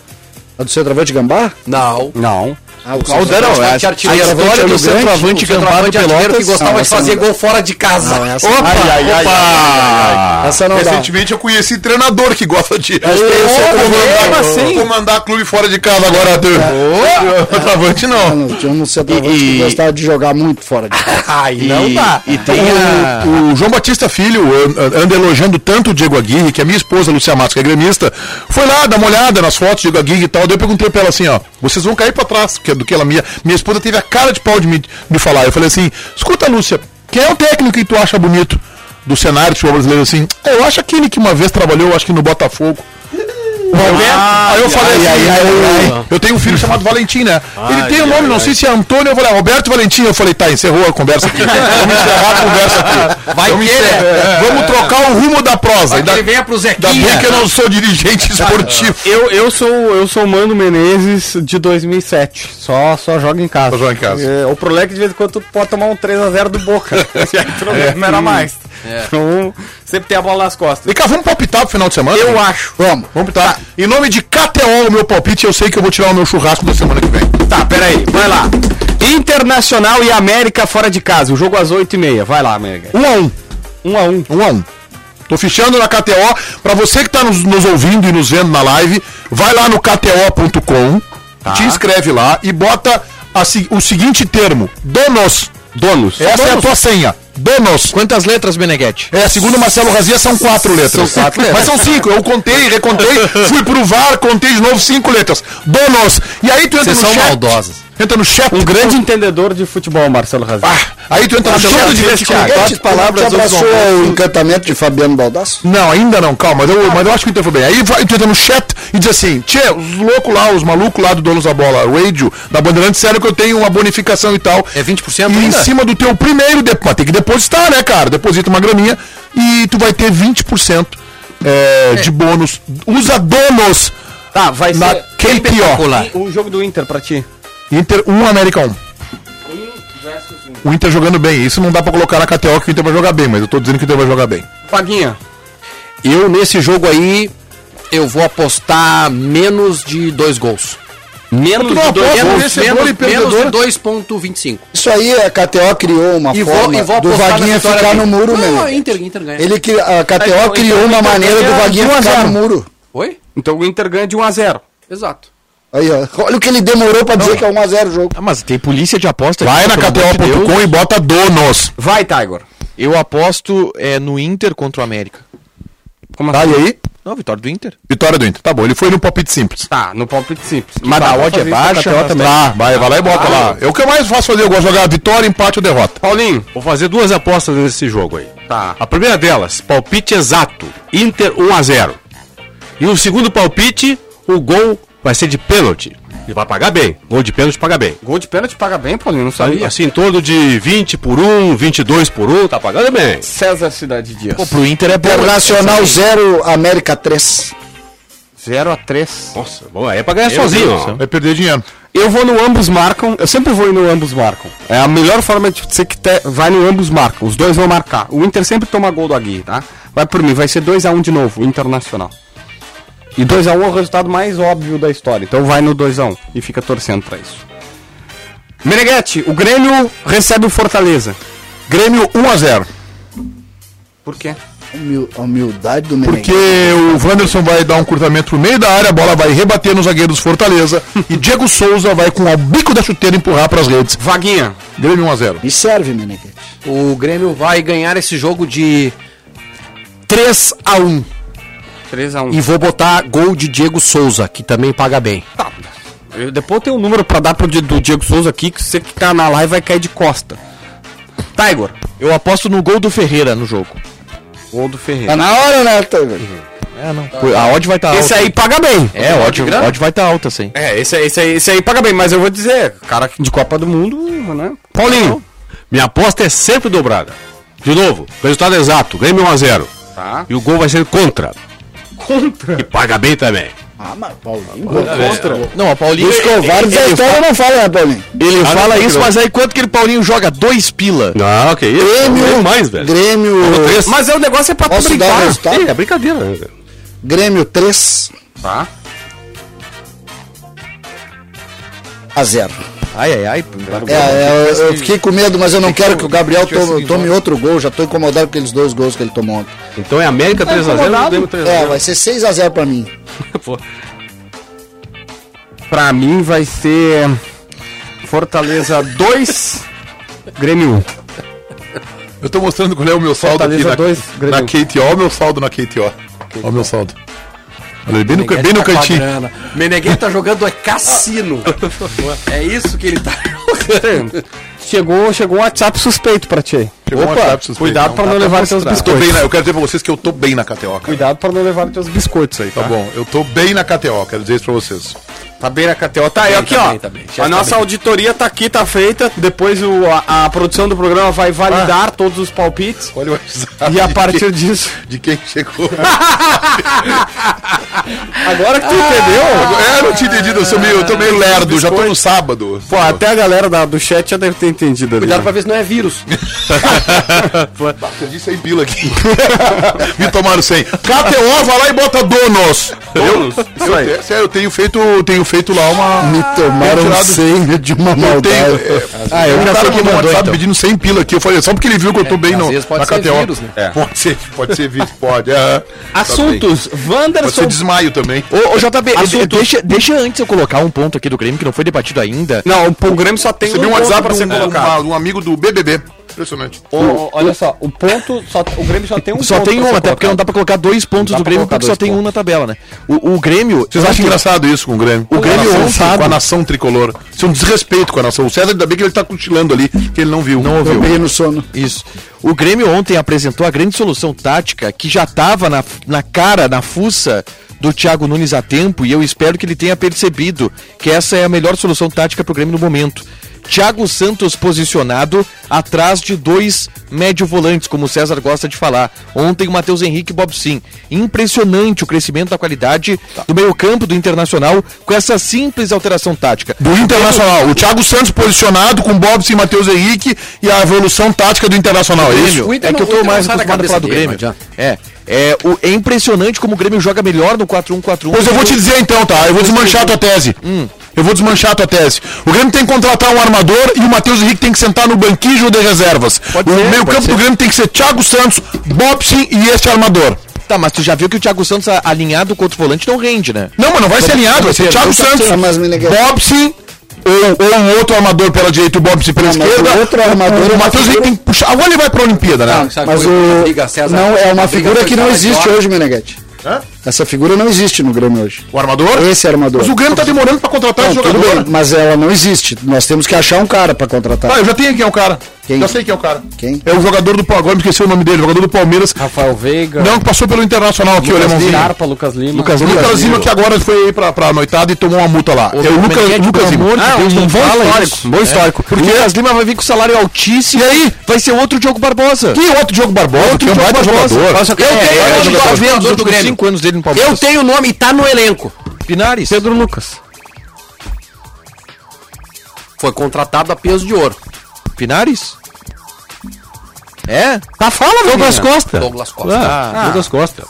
J: A do centroavante Gambá?
D: Não.
K: Não.
J: Ah, o
E: Não, é a,
D: Centroavante,
E: a
D: artilheiro.
E: história do
D: Centroavante,
E: centroavante
D: o centroavante
E: Gambá do
D: artilheiro que
E: Pelotas.
D: gostava
J: Não,
D: de
J: essa
D: fazer
J: não
D: gol fora de casa.
J: Não, é essa Ah,
I: Opa! Ai, ai, ai, ai, ai.
J: Essa não dá. um
I: Recentemente eu conheci treinador que gosta de É,
K: Como
D: É,
I: comandar,
K: assim?
I: comandar clube fora de casa agora. Tu... Ô, Travante não.
J: Não, tinha um centroavante que gostava de jogar muito fora de casa.
C: tá
D: Ai, não dá.
E: E tem a...
I: O, o João Batista Filho an- an- anda elogiando tanto o Diego Aguirre, que a minha esposa, Lucia Matos, que é gremista, foi lá dar uma olhada nas fotos do Diego Aguirre e tal. Daí eu perguntei pra ela assim, ó, vocês vão cair pra trás, que é do que ela minha. Minha esposa teve a cara de pau de me de falar. Eu falei assim, escuta, Lúcia, quem é o técnico que tu acha bonito do cenário do futebol brasileiro assim? "Ah, Eu acho aquele que uma vez trabalhou, acho que no Botafogo. Ah,
B: é
I: aí eu falei assim, eu, eu tenho um filho chamado Valentim, né?
D: Ah,
I: Ele tem o nome, não sei se é Antônio, eu falei, ah, Roberto Valentim, eu falei, tá, encerrou a conversa aqui. Vamos encerrar a conversa aqui.
D: Vai
I: Vamos,
D: que, né?
I: encerrar. Vamos trocar o rumo da prosa. Ainda,
D: Ele
I: ainda
D: venha pro
I: bem
D: Zequinha.
I: que eu não sou dirigente esportivo.
D: Ah,
K: Eu, eu sou eu sou o Mano Menezes de 2007. Só só joga em casa.
I: Só joga em casa.
K: É, o problema é que de vez em quando tu pode tomar um 3 a 0 do Boca. Esse aí tu não era mais. Então, sempre tem a bola nas costas.
I: Vem cá, vamos palpitar pro final de semana? Eu acho.
J: Vamos.
I: Vamos
D: Tá.
I: palpitar. Em nome de KTO, o meu palpite, eu sei que eu vou tirar o meu churrasco da semana que vem.
K: Tá, peraí, vai lá. Internacional e América fora de casa. O jogo às 8h30. Vai lá, América.
I: 1 a 1
K: 1 a 1
I: 1 a 1 Tô fechando na KTO. Pra você que tá nos, nos ouvindo e nos vendo na live, vai lá no KTO.com, te inscreve lá e bota a se- o seguinte termo: donos. Donos. Essa é a tua senha. Donos.
C: Quantas letras, Beneguete?
I: É, segundo o Marcelo Razia, são quatro letras. São quatro letras. Mas são cinco. Eu contei, recontei, fui pro VAR, contei de novo cinco letras. Donos. E aí tu entra
D: Vocês
I: no
D: são
I: chat.
D: maldosos.
I: Entra no chat.
B: Um grande entendedor de futebol, Marcelo Razão.
I: Ah, aí tu entra no chat.
J: Tudo de
I: Quatro
J: palavras. Te abraçou o encantamento de Fabiano Baldasso?
I: Não, ainda não, calma, mas eu, mas eu acho que o Inter foi bem. Aí vai, tu entra no chat e diz assim: Tchê, os loucos lá, os malucos lá do Donos da Bola, Radio, da Bandeirante, disseram que eu tenho uma bonificação e tal.
D: É 20%
I: E em
D: ainda?
I: cima do teu primeiro, de- mas tem que depositar, né, cara? Deposita uma graninha e tu vai ter 20% é, de bônus. Usa donos
B: Tá, vai
I: na
B: ser
I: KTO.
B: o jogo do Inter pra ti.
I: Inter 1, América 1. O Inter jogando bem, isso não dá pra colocar na KTO que o Inter vai jogar bem, mas eu tô dizendo que o Inter vai jogar bem.
B: Paguinha.
D: Eu, nesse jogo aí, eu vou apostar menos de dois gols.
B: Menos de dois
I: aposta
B: gols.
I: nesse- Vencedor
D: Menos,
I: e
D: menos
I: perdedor.
D: de 2.25.
J: Isso aí, a KTO criou uma
D: E vou-
J: forma
D: e vou
J: do
D: apostar na
J: Vaguinha
D: vitória
J: ficar
D: do-
J: no muro,
D: Não,
J: meu.
D: não, Inter- Inter ganha.
J: Ele, cri- a KTO
B: Então,
J: criou
B: então,
J: uma
B: então,
J: maneira
B: ganha
J: do Vaguinha
B: 1 a
J: ficar
B: 0.
J: no muro.
D: Oi?
B: Então o Inter
D: um
B: ganha de 1x0.
D: Exato.
J: Aí, ó. Olha o que ele demorou pra dizer que é 1x0 o jogo.
C: Ah, mas tem polícia de aposta.
I: Vai
C: aqui,
I: na
C: pelo amor de Deus.
I: KTO.com e bota donos.
B: Vai, Tiger.
C: Eu aposto é, no Inter contra o América.
B: Como assim?
I: Tá,
L: assim?
I: e aí?
C: Não, vitória do Inter.
I: Vitória do Inter. Tá bom, ele foi no palpite simples.
B: Tá, no palpite simples.
C: Mas
B: Tá,
C: a
B: vou
C: odd é
B: fazer isso na
C: baixa,
B: KTO
C: mas
B: também.
I: Tá, vai, vai lá e bota lá. É o que eu mais faço fazer, eu gosto de jogar vitória, empate ou derrota.
B: Paulinho.
L: Vou fazer duas apostas nesse jogo aí.
B: Tá.
L: A primeira delas, palpite exato, Inter 1 a 0. E o segundo palpite, o gol vai ser de pênalti. E vai pagar bem. Gol de pênalti paga bem.
B: Gol de pênalti paga bem, Paulinho. Não
L: Aí,
B: sabia.
L: assim, em torno de 20 por 1, 22 por 1, tá pagando bem.
B: César Cidade Dias.
C: Pô, pro Inter é bom.
J: Internacional 0, América 3.
B: 0x3.
L: Nossa, bom, aí é pra ganhar sozinho, ó.
I: Vai perder dinheiro.
B: Eu vou no ambos marcam. Eu sempre vou no ambos marcam. É a melhor forma de você que te- vai no ambos marcam. Os dois vão marcar. O Inter sempre toma gol do Aguirre, tá? Vai por mim. Vai ser 2x1 de novo, internacional. E 2x1 é o resultado mais óbvio da história. Então vai no 2x1 e fica torcendo pra isso. Meneghete, o Grêmio recebe o Fortaleza. um
I: Grêmio 1 a 0.
B: Por quê?
J: Humil- a humildade do Meneghetti.
I: Porque o Wanderson vai dar um curtamento pro meio da área, a bola vai rebater nos zagueiros Fortaleza e Diego Souza vai com o bico da chuteira empurrar pras redes.
B: Vaguinha.
I: Grêmio 1 a 0.
J: Me serve, Meneghetti.
D: O Grêmio vai ganhar esse jogo de 3 a 1
B: 3x1.
D: E vou botar gol de Diego Souza, que também paga bem.
B: Eu- Depois tem um número pra dar pro Di- do Diego Souza aqui, que você que tá na live vai cair de costa. Tiger.
C: Eu aposto no gol do Ferreira no jogo.
B: Gol do Ferreira.
J: Tá na hora, né, Taylor?
C: É, não. A odd vai estar alta.
B: Esse aí paga bem.
C: É, a odd, a odd vai estar alta, sim.
B: É, esse, aí- esse, aí, esse aí paga bem, mas eu vou dizer, cara de Copa do Mundo, né?
L: Paulinho, minha aposta é sempre dobrada. De novo, resultado exato, Grêmio 1 a 0.
B: Tá.
L: E o gol vai ser contra. Contra? E paga bem também.
J: Ah, mas Paulinho.
C: Não, a Paulinho.
J: Os
I: é-
J: covardes da história não falam, né, Paulinho?
C: Ele
L: Ah,
C: fala
L: não,
C: isso,
L: não.
C: mas aí quanto que ele Paulinho joga? Dois pila.
L: Não, que isso.
J: Grêmio,
L: Não mais, velho.
J: Grêmio,
B: Mas é o negócio é pra tu
J: posso dar o
B: brincar.
J: resultado?
L: É brincadeira, né, velho?
J: Grêmio 3
B: Tá.
J: a 0.
C: Ai, ai, ai.
J: É, é, eu, eu fiquei com assim, medo, mas eu não quero que o Gabriel tome, tome outro gol. Já tô incomodado com aqueles dois gols que ele tomou ontem.
L: Então é
B: Tá
L: América 3 a 0 e Grêmio 3 a 0.
J: É, vai ser 6 a 0 pra mim.
B: Pra mim vai ser Fortaleza 2,
L: um.
B: Grêmio 1.
I: Eu tô mostrando qual é o meu saldo
B: Fortaleza
I: aqui
B: dois,
I: na,
C: um.
B: Grêmio
I: na KTO, olha o meu saldo na KTO. Olha o meu saldo. Olha, ele bem no, bem no
D: Tá com a
I: cantinho.
D: grana. Meneghel tá jogando é cassino. é isso que ele tá
B: Chegou, chegou um WhatsApp suspeito pra ti.
I: Chegou um WhatsApp suspeito.
B: cuidado pra não tá levar teus
I: Eu, tô
B: biscoitos.
I: bem na- eu quero dizer pra vocês que eu tô bem na KTO, cara.
B: Cuidado pra não levar teus biscoitos aí,
I: Tá bom, eu tô bem na KTO, quero dizer isso pra vocês.
B: Tá bem na KTO. Tá, aí,
D: bem,
B: aqui,
D: tá
B: ó.
D: bem, tá bem. Já
B: a
D: tá
B: nossa
D: bem.
B: auditoria tá aqui, tá feita. Depois o, a, a produção do programa vai validar todos os palpites.
I: Olha o WhatsApp
B: E a
I: de
B: partir disso.
I: quem- de quem chegou.
B: Agora que tu entendeu.
I: É, não tinha entendido, eu sou meio, eu tô meio lerdo, já tô no sábado.
C: Pô, até a galera da- do chat já deve ter entendido ali.
D: Cuidado pra ver se não é vírus.
I: Perdi 100 pila aqui. Me tomaram 100. KTO, vai lá e bota donos. Eu, eu, te- sério, eu tenho feito, tenho feito lá uma.
J: Me tomaram
I: tirado-
D: é
J: 100 de uma
I: Eu
J: maldade.
I: tenho. é,
J: ah, eu
I: um
J: já
I: cara
J: sei que
I: mandou um
J: mandou,
I: WhatsApp
J: então.
I: pedindo 100 pila aqui. Eu falei, só porque ele viu que eu tô bem
D: É, às
I: no,
D: vezes pode
I: na
D: ser
I: KTO.
D: vírus, né?
I: É. Pode ser, pode ser vírus, pode. é.
B: Ah,
M: Assuntos.
I: Pode ser
M: Wanderson.
I: desmaio também.
B: Ô, ô JB, eh, deixa, deixa antes eu colocar um ponto aqui do Grêmio que não foi debatido ainda.
C: Não, o- o Grêmio só tem
I: Recebi um
C: ponto
I: WhatsApp
C: pra
I: de
C: ser
I: um, de
C: colocado.
I: uma- de um amigo do BBB. Impressionante.
M: O- olha só, o ponto. Só, o Grêmio só tem um
B: Só
M: ponto
B: tem
M: pra
B: um,
M: ser
B: até porque não
M: colocado.
B: dá pra colocar dois pontos
M: Não dá
B: do
M: pra
B: Grêmio,
M: colocar
B: porque só
M: dois
B: tem um
M: pontos.
B: na tabela, né? O, o Grêmio.
I: Vocês acham engraçado isso com o Grêmio? O
B: Grêmio
I: com a, nação,
B: ousado.
I: com a nação tricolor. Isso é um desrespeito com a nação. O César, ainda bem que ele tá cochilando ali, que ele não viu. Não
J: Eu peguei no sono.
B: Isso. O Grêmio ontem apresentou a grande solução tática que já estava na, na cara, na fuça do Thiago Nunes há tempo e eu espero que ele tenha percebido que essa é a melhor solução tática para o Grêmio no momento. Thiago Santos posicionado atrás de dois médio volantes, como o César gosta de falar. Ontem o Matheus Henrique e Bob Sim. Impressionante o crescimento da qualidade
I: Tá.
B: do meio-campo do Internacional com essa simples alteração tática.
I: Do Internacional. O Thiago Santos posicionado com Bobson e Matheus Henrique e a evolução tática do Internacional. É isso?
B: Grêmio.
D: O Inter
B: é que
D: não-
B: eu
D: o
B: tô
D: Inter
B: mais
D: não sai da
B: acostumado a falar
D: cabeça
B: do
D: dele,
B: Grêmio.
D: não adianta.
B: É, é, o- é impressionante como o Grêmio joga melhor no 4-1-4-1.
I: Pois eu vou te dizer então, tá? Eu vou desmanchar a tua tese.
B: Hum.
I: Eu vou desmanchar a tua tese. O Grêmio tem que contratar um armador e o Matheus Henrique tem que sentar no banquinho de reservas.
B: Pode
I: o
B: ser,
I: meio
B: pode
I: campo
B: ser.
I: do Grêmio tem que ser Thiago Santos, Bobson e este armador.
B: Tá, mas tu já viu que o Thiago Santos a- alinhado contra o volante não rende, né?
I: Não, mas não vai ser alinhado, vai ser Thiago Santos,
J: Ah, mas me neguei.
I: Bobson ou, ou um outro armador pela direita e o Bobson pela
J: Não, mas
I: esquerda.
J: o outro armador é
I: o Matheus Henrique tem que puxar. Agora ele vai pra Olimpíada, né?
D: Sabe,
J: Mas
D: foi
J: o.
D: uma briga, César.
J: não, é uma
D: Uma briga
J: figura que não
D: foi
J: existe
D: maior.
J: hoje, Meneghete. Essa figura não existe no Grêmio hoje.
I: O armador?
J: Esse é armador.
I: Mas o Grêmio tá demorando pra contratar
J: Não,
I: esse
J: tudo
I: jogador.
J: bem, mas ela não existe. Nós temos que achar um cara pra
I: Ah,
J: contratar.
I: eu já tenho quem é o cara.
J: Quem?
I: Já sei quem é o cara.
J: Quem?
I: É o jogador do Palmeiras, agora me esqueci o nome dele, jogador do Palmeiras.
B: Ah,
C: Rafael
B: é.
C: Veiga.
I: Não, que passou pelo Internacional aqui, o
C: Lucas
I: alemãozinho.
C: Carpa, Lucas Lima.
I: Lucas, Lucas Lima, que agora foi aí pra, pra noitada e tomou uma multa lá. é o Lucas, Lucas Lima.
B: Ah, um bom histórico,
I: bom histórico. É. Porque
B: Lucas Lima vai vir com salário altíssimo. E aí? Vai ser outro Diogo Barbosa.
I: que outro Diogo Barbosa, que é um baita jogador.
B: Eu tenho
I: é,
B: o
I: é
B: nome do
I: jogador.
B: Alvendo,
D: Jogador
B: dos
D: do
B: últimos
D: Grêmio.
B: cinco anos dele no
D: Eu
B: Palmeiras.
D: tenho o nome e tá no elenco.
B: Pinares.
C: Pedro Lucas.
D: Foi contratado a peso de ouro.
B: Pinares? É?
C: Tá, fala, Douglas Costa.
D: Douglas Costa.
C: Ah, Douglas Costa.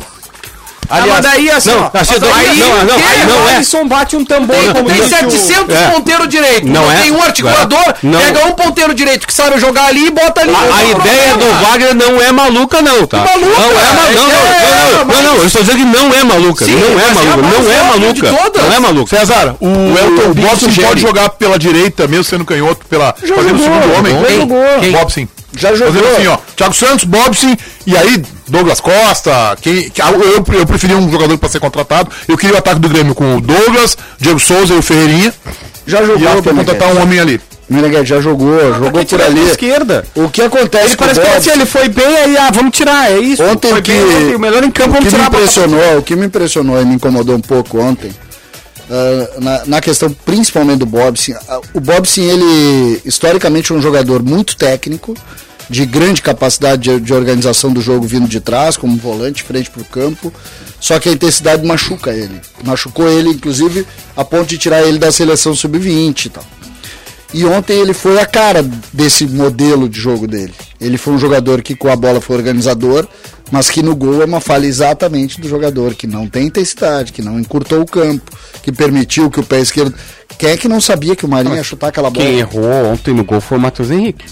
D: Aliás, daí assim,
C: não,
D: ó,
C: assim,
D: mas
C: aí, não, não,
D: que?
C: aí não é.
D: Alisson bate um tambor como
C: tem
D: tem
C: que-
D: 700
C: é.
D: ponteiro direito.
C: Não é.
D: Tem um articulador,
C: Não.
D: pega um ponteiro direito que sabe jogar ali e bota ali.
C: A, a ideia do Wagner não é maluca, não, tá?
D: Que maluca,
C: não é ma-
D: é,
C: não,
D: é,
C: não, não, não, não, não, eu estou dizendo que não é maluca.
D: Sim,
C: não é
D: mas é a
C: maluca,
D: mais
C: não é
D: óbvia
C: maluca.
D: de todas.
C: Não é maluca.
I: César, o, Elton
B: Big
I: Bobson
B: sugere.
I: pode jogar pela direita, mesmo sendo canhoto, pela, fazendo o segundo homem.
J: já jogou.
I: Quem? Bobson.
J: Já jogou.
I: Fazendo assim, ó. Thiago Santos, Bobson, e aí Douglas Costa. Quem, que- eu, eu preferia um jogador pra ser contratado. Eu queria o ataque do Grêmio com o Douglas, Diego Souza e o Ferreirinha.
J: Já jogou,
I: E eu pra contratar um homem ali.
J: Meneghete já jogou, jogou por ali.
C: esquerda.
J: O que acontece
C: Ele
J: com o
C: parece que
J: Bob-
C: assim, ele foi bem aí, ah, vamos tirar, é isso.
J: Ontem
C: foi
J: que-
C: bem, ontem, o melhor em campo,
J: O
C: vamos
J: que me
C: tirar. botar-
J: impressionou, o que me impressionou e me incomodou um pouco ontem, ah, na, na questão principalmente do Bobson, ah, o Bobson, ele historicamente é um jogador muito técnico, de grande capacidade de, de organização do jogo vindo de trás, como volante, frente para o campo, só que a intensidade machuca ele. Machucou ele, inclusive, a ponto de tirar ele da seleção sub-20 e tal. E ontem ele foi a cara desse modelo de jogo dele. Ele foi um jogador que com a bola foi organizador, mas que no gol é uma falha exatamente do jogador, que não tem intensidade, que não encurtou o campo, que permitiu que o pé esquerdo. Quem é que não sabia que o Marinho ia chutar aquela bola?
C: Quem errou ontem no gol foi o Matheus Henrique.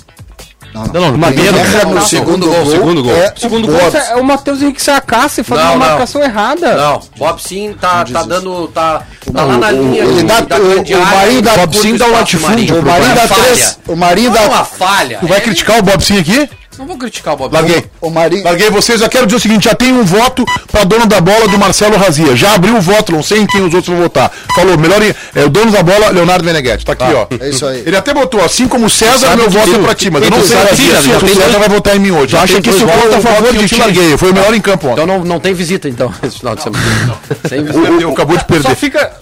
J: Não, não.
C: Uma
J: Quem
C: merda.
J: erra no
D: Não, segundo
J: segundo gol.
D: gol,
C: segundo gol.
J: É
C: Segundo
J: o
C: gol,
J: Bobson.
C: é o Matheus Henrique se acaça e faz
D: Não,
C: uma
D: não.
C: marcação errada.
D: Não, Bob Sim tá, tá dando. Tá, tá lá na
J: o-
D: linha.
J: ele
D: de-
J: dá-
D: da
J: o-
D: grande
J: o
D: área,
J: Marinho dá-
D: curto
J: Bob Sim
D: espaço
J: dá um
D: do
J: latifúndio
D: Marinho.
J: pro Marinho dá
D: Uma falha.
J: três. O Marinho
D: Não é uma
J: dá.
D: falha.
I: Tu vai
D: é-
I: criticar o Bobson aqui?
D: Não vou criticar o Bob
I: Larguei.
J: O Marinho.
I: Larguei vocês, já quero dizer o seguinte, já tem um voto pra dono da bola do Marcelo Razia. Já abriu o voto, não sei em quem os outros vão votar. Falou, melhor em- é o dono da bola, Leonardo Meneghetti. Tá aqui, ó.
J: é isso aí.
I: Ele até botou, assim como o César, meu voto é pra ti, mas eu não sei
B: sabe
I: se
B: disso,
I: o
B: já tem
I: César vai votar em mim hoje.
B: acha que isso conta a favor de ti?
I: Larguei, foi o melhor tá em campo ontem.
D: Então não, não tem visita, então, esse final de semana. Sem visita. é
I: Perdeu, acabou de
C: Só
I: perder.
C: fica.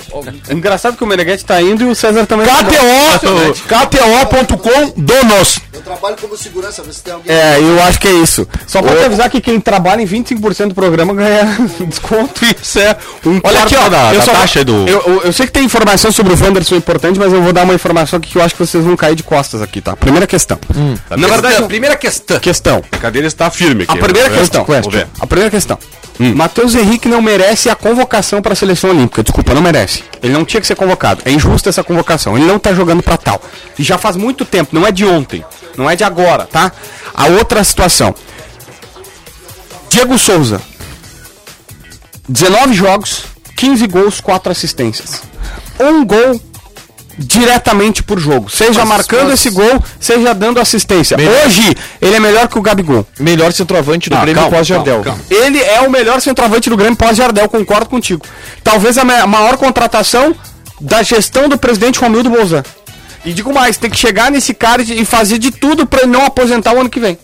C: Engraçado que o Meneghete tá indo e o César também.
I: KTO, KTO.com donos.
N: trabalho como segurança, ver se tem alguém.
B: É, eu acho que é isso. Só pra
O: Ô.
B: te avisar que quem trabalha em 25% do programa ganha desconto. Isso é um
O: Olha aqui, ó,
B: da,
O: eu
B: da
O: só-
B: taxa do. Eu, eu- eu sei que tem informação sobre o Wanderson importante, mas eu vou dar uma informação aqui que eu acho que vocês vão cair de costas aqui, tá? Primeira questão. Na verdade,
D: a primeira questão.
B: questão.
C: A cadeira está firme
B: A
C: aqui.
B: primeira
C: né?
B: questão. Hum.
C: Vamos ver.
B: A primeira questão. Matheus Henrique não merece a convocação para a seleção olímpica. Desculpa, não merece. Ele não tinha que ser convocado. É injusta essa convocação. Ele não tá jogando para tal. E já faz muito tempo, não é de ontem, não é de agora, tá? A outra situação. Diego Souza. 19 jogos, 15 gols, 4 assistências. Um gol diretamente por jogo, seja marcando esse gol, seja dando assistência. Hoje ele é melhor que o Gabigol.
P: Melhor centroavante do
B: Não,
P: Grêmio
B: calma,
P: pós-Jardel.
B: calma, calma. Ele é o melhor centroavante do Grêmio pós-Jardel, concordo contigo. Talvez a ma- maior contratação da gestão do presidente Romildo Bolzan. E digo mais, tem que chegar nesse cara e e fazer de tudo pra ele não aposentar o ano que vem.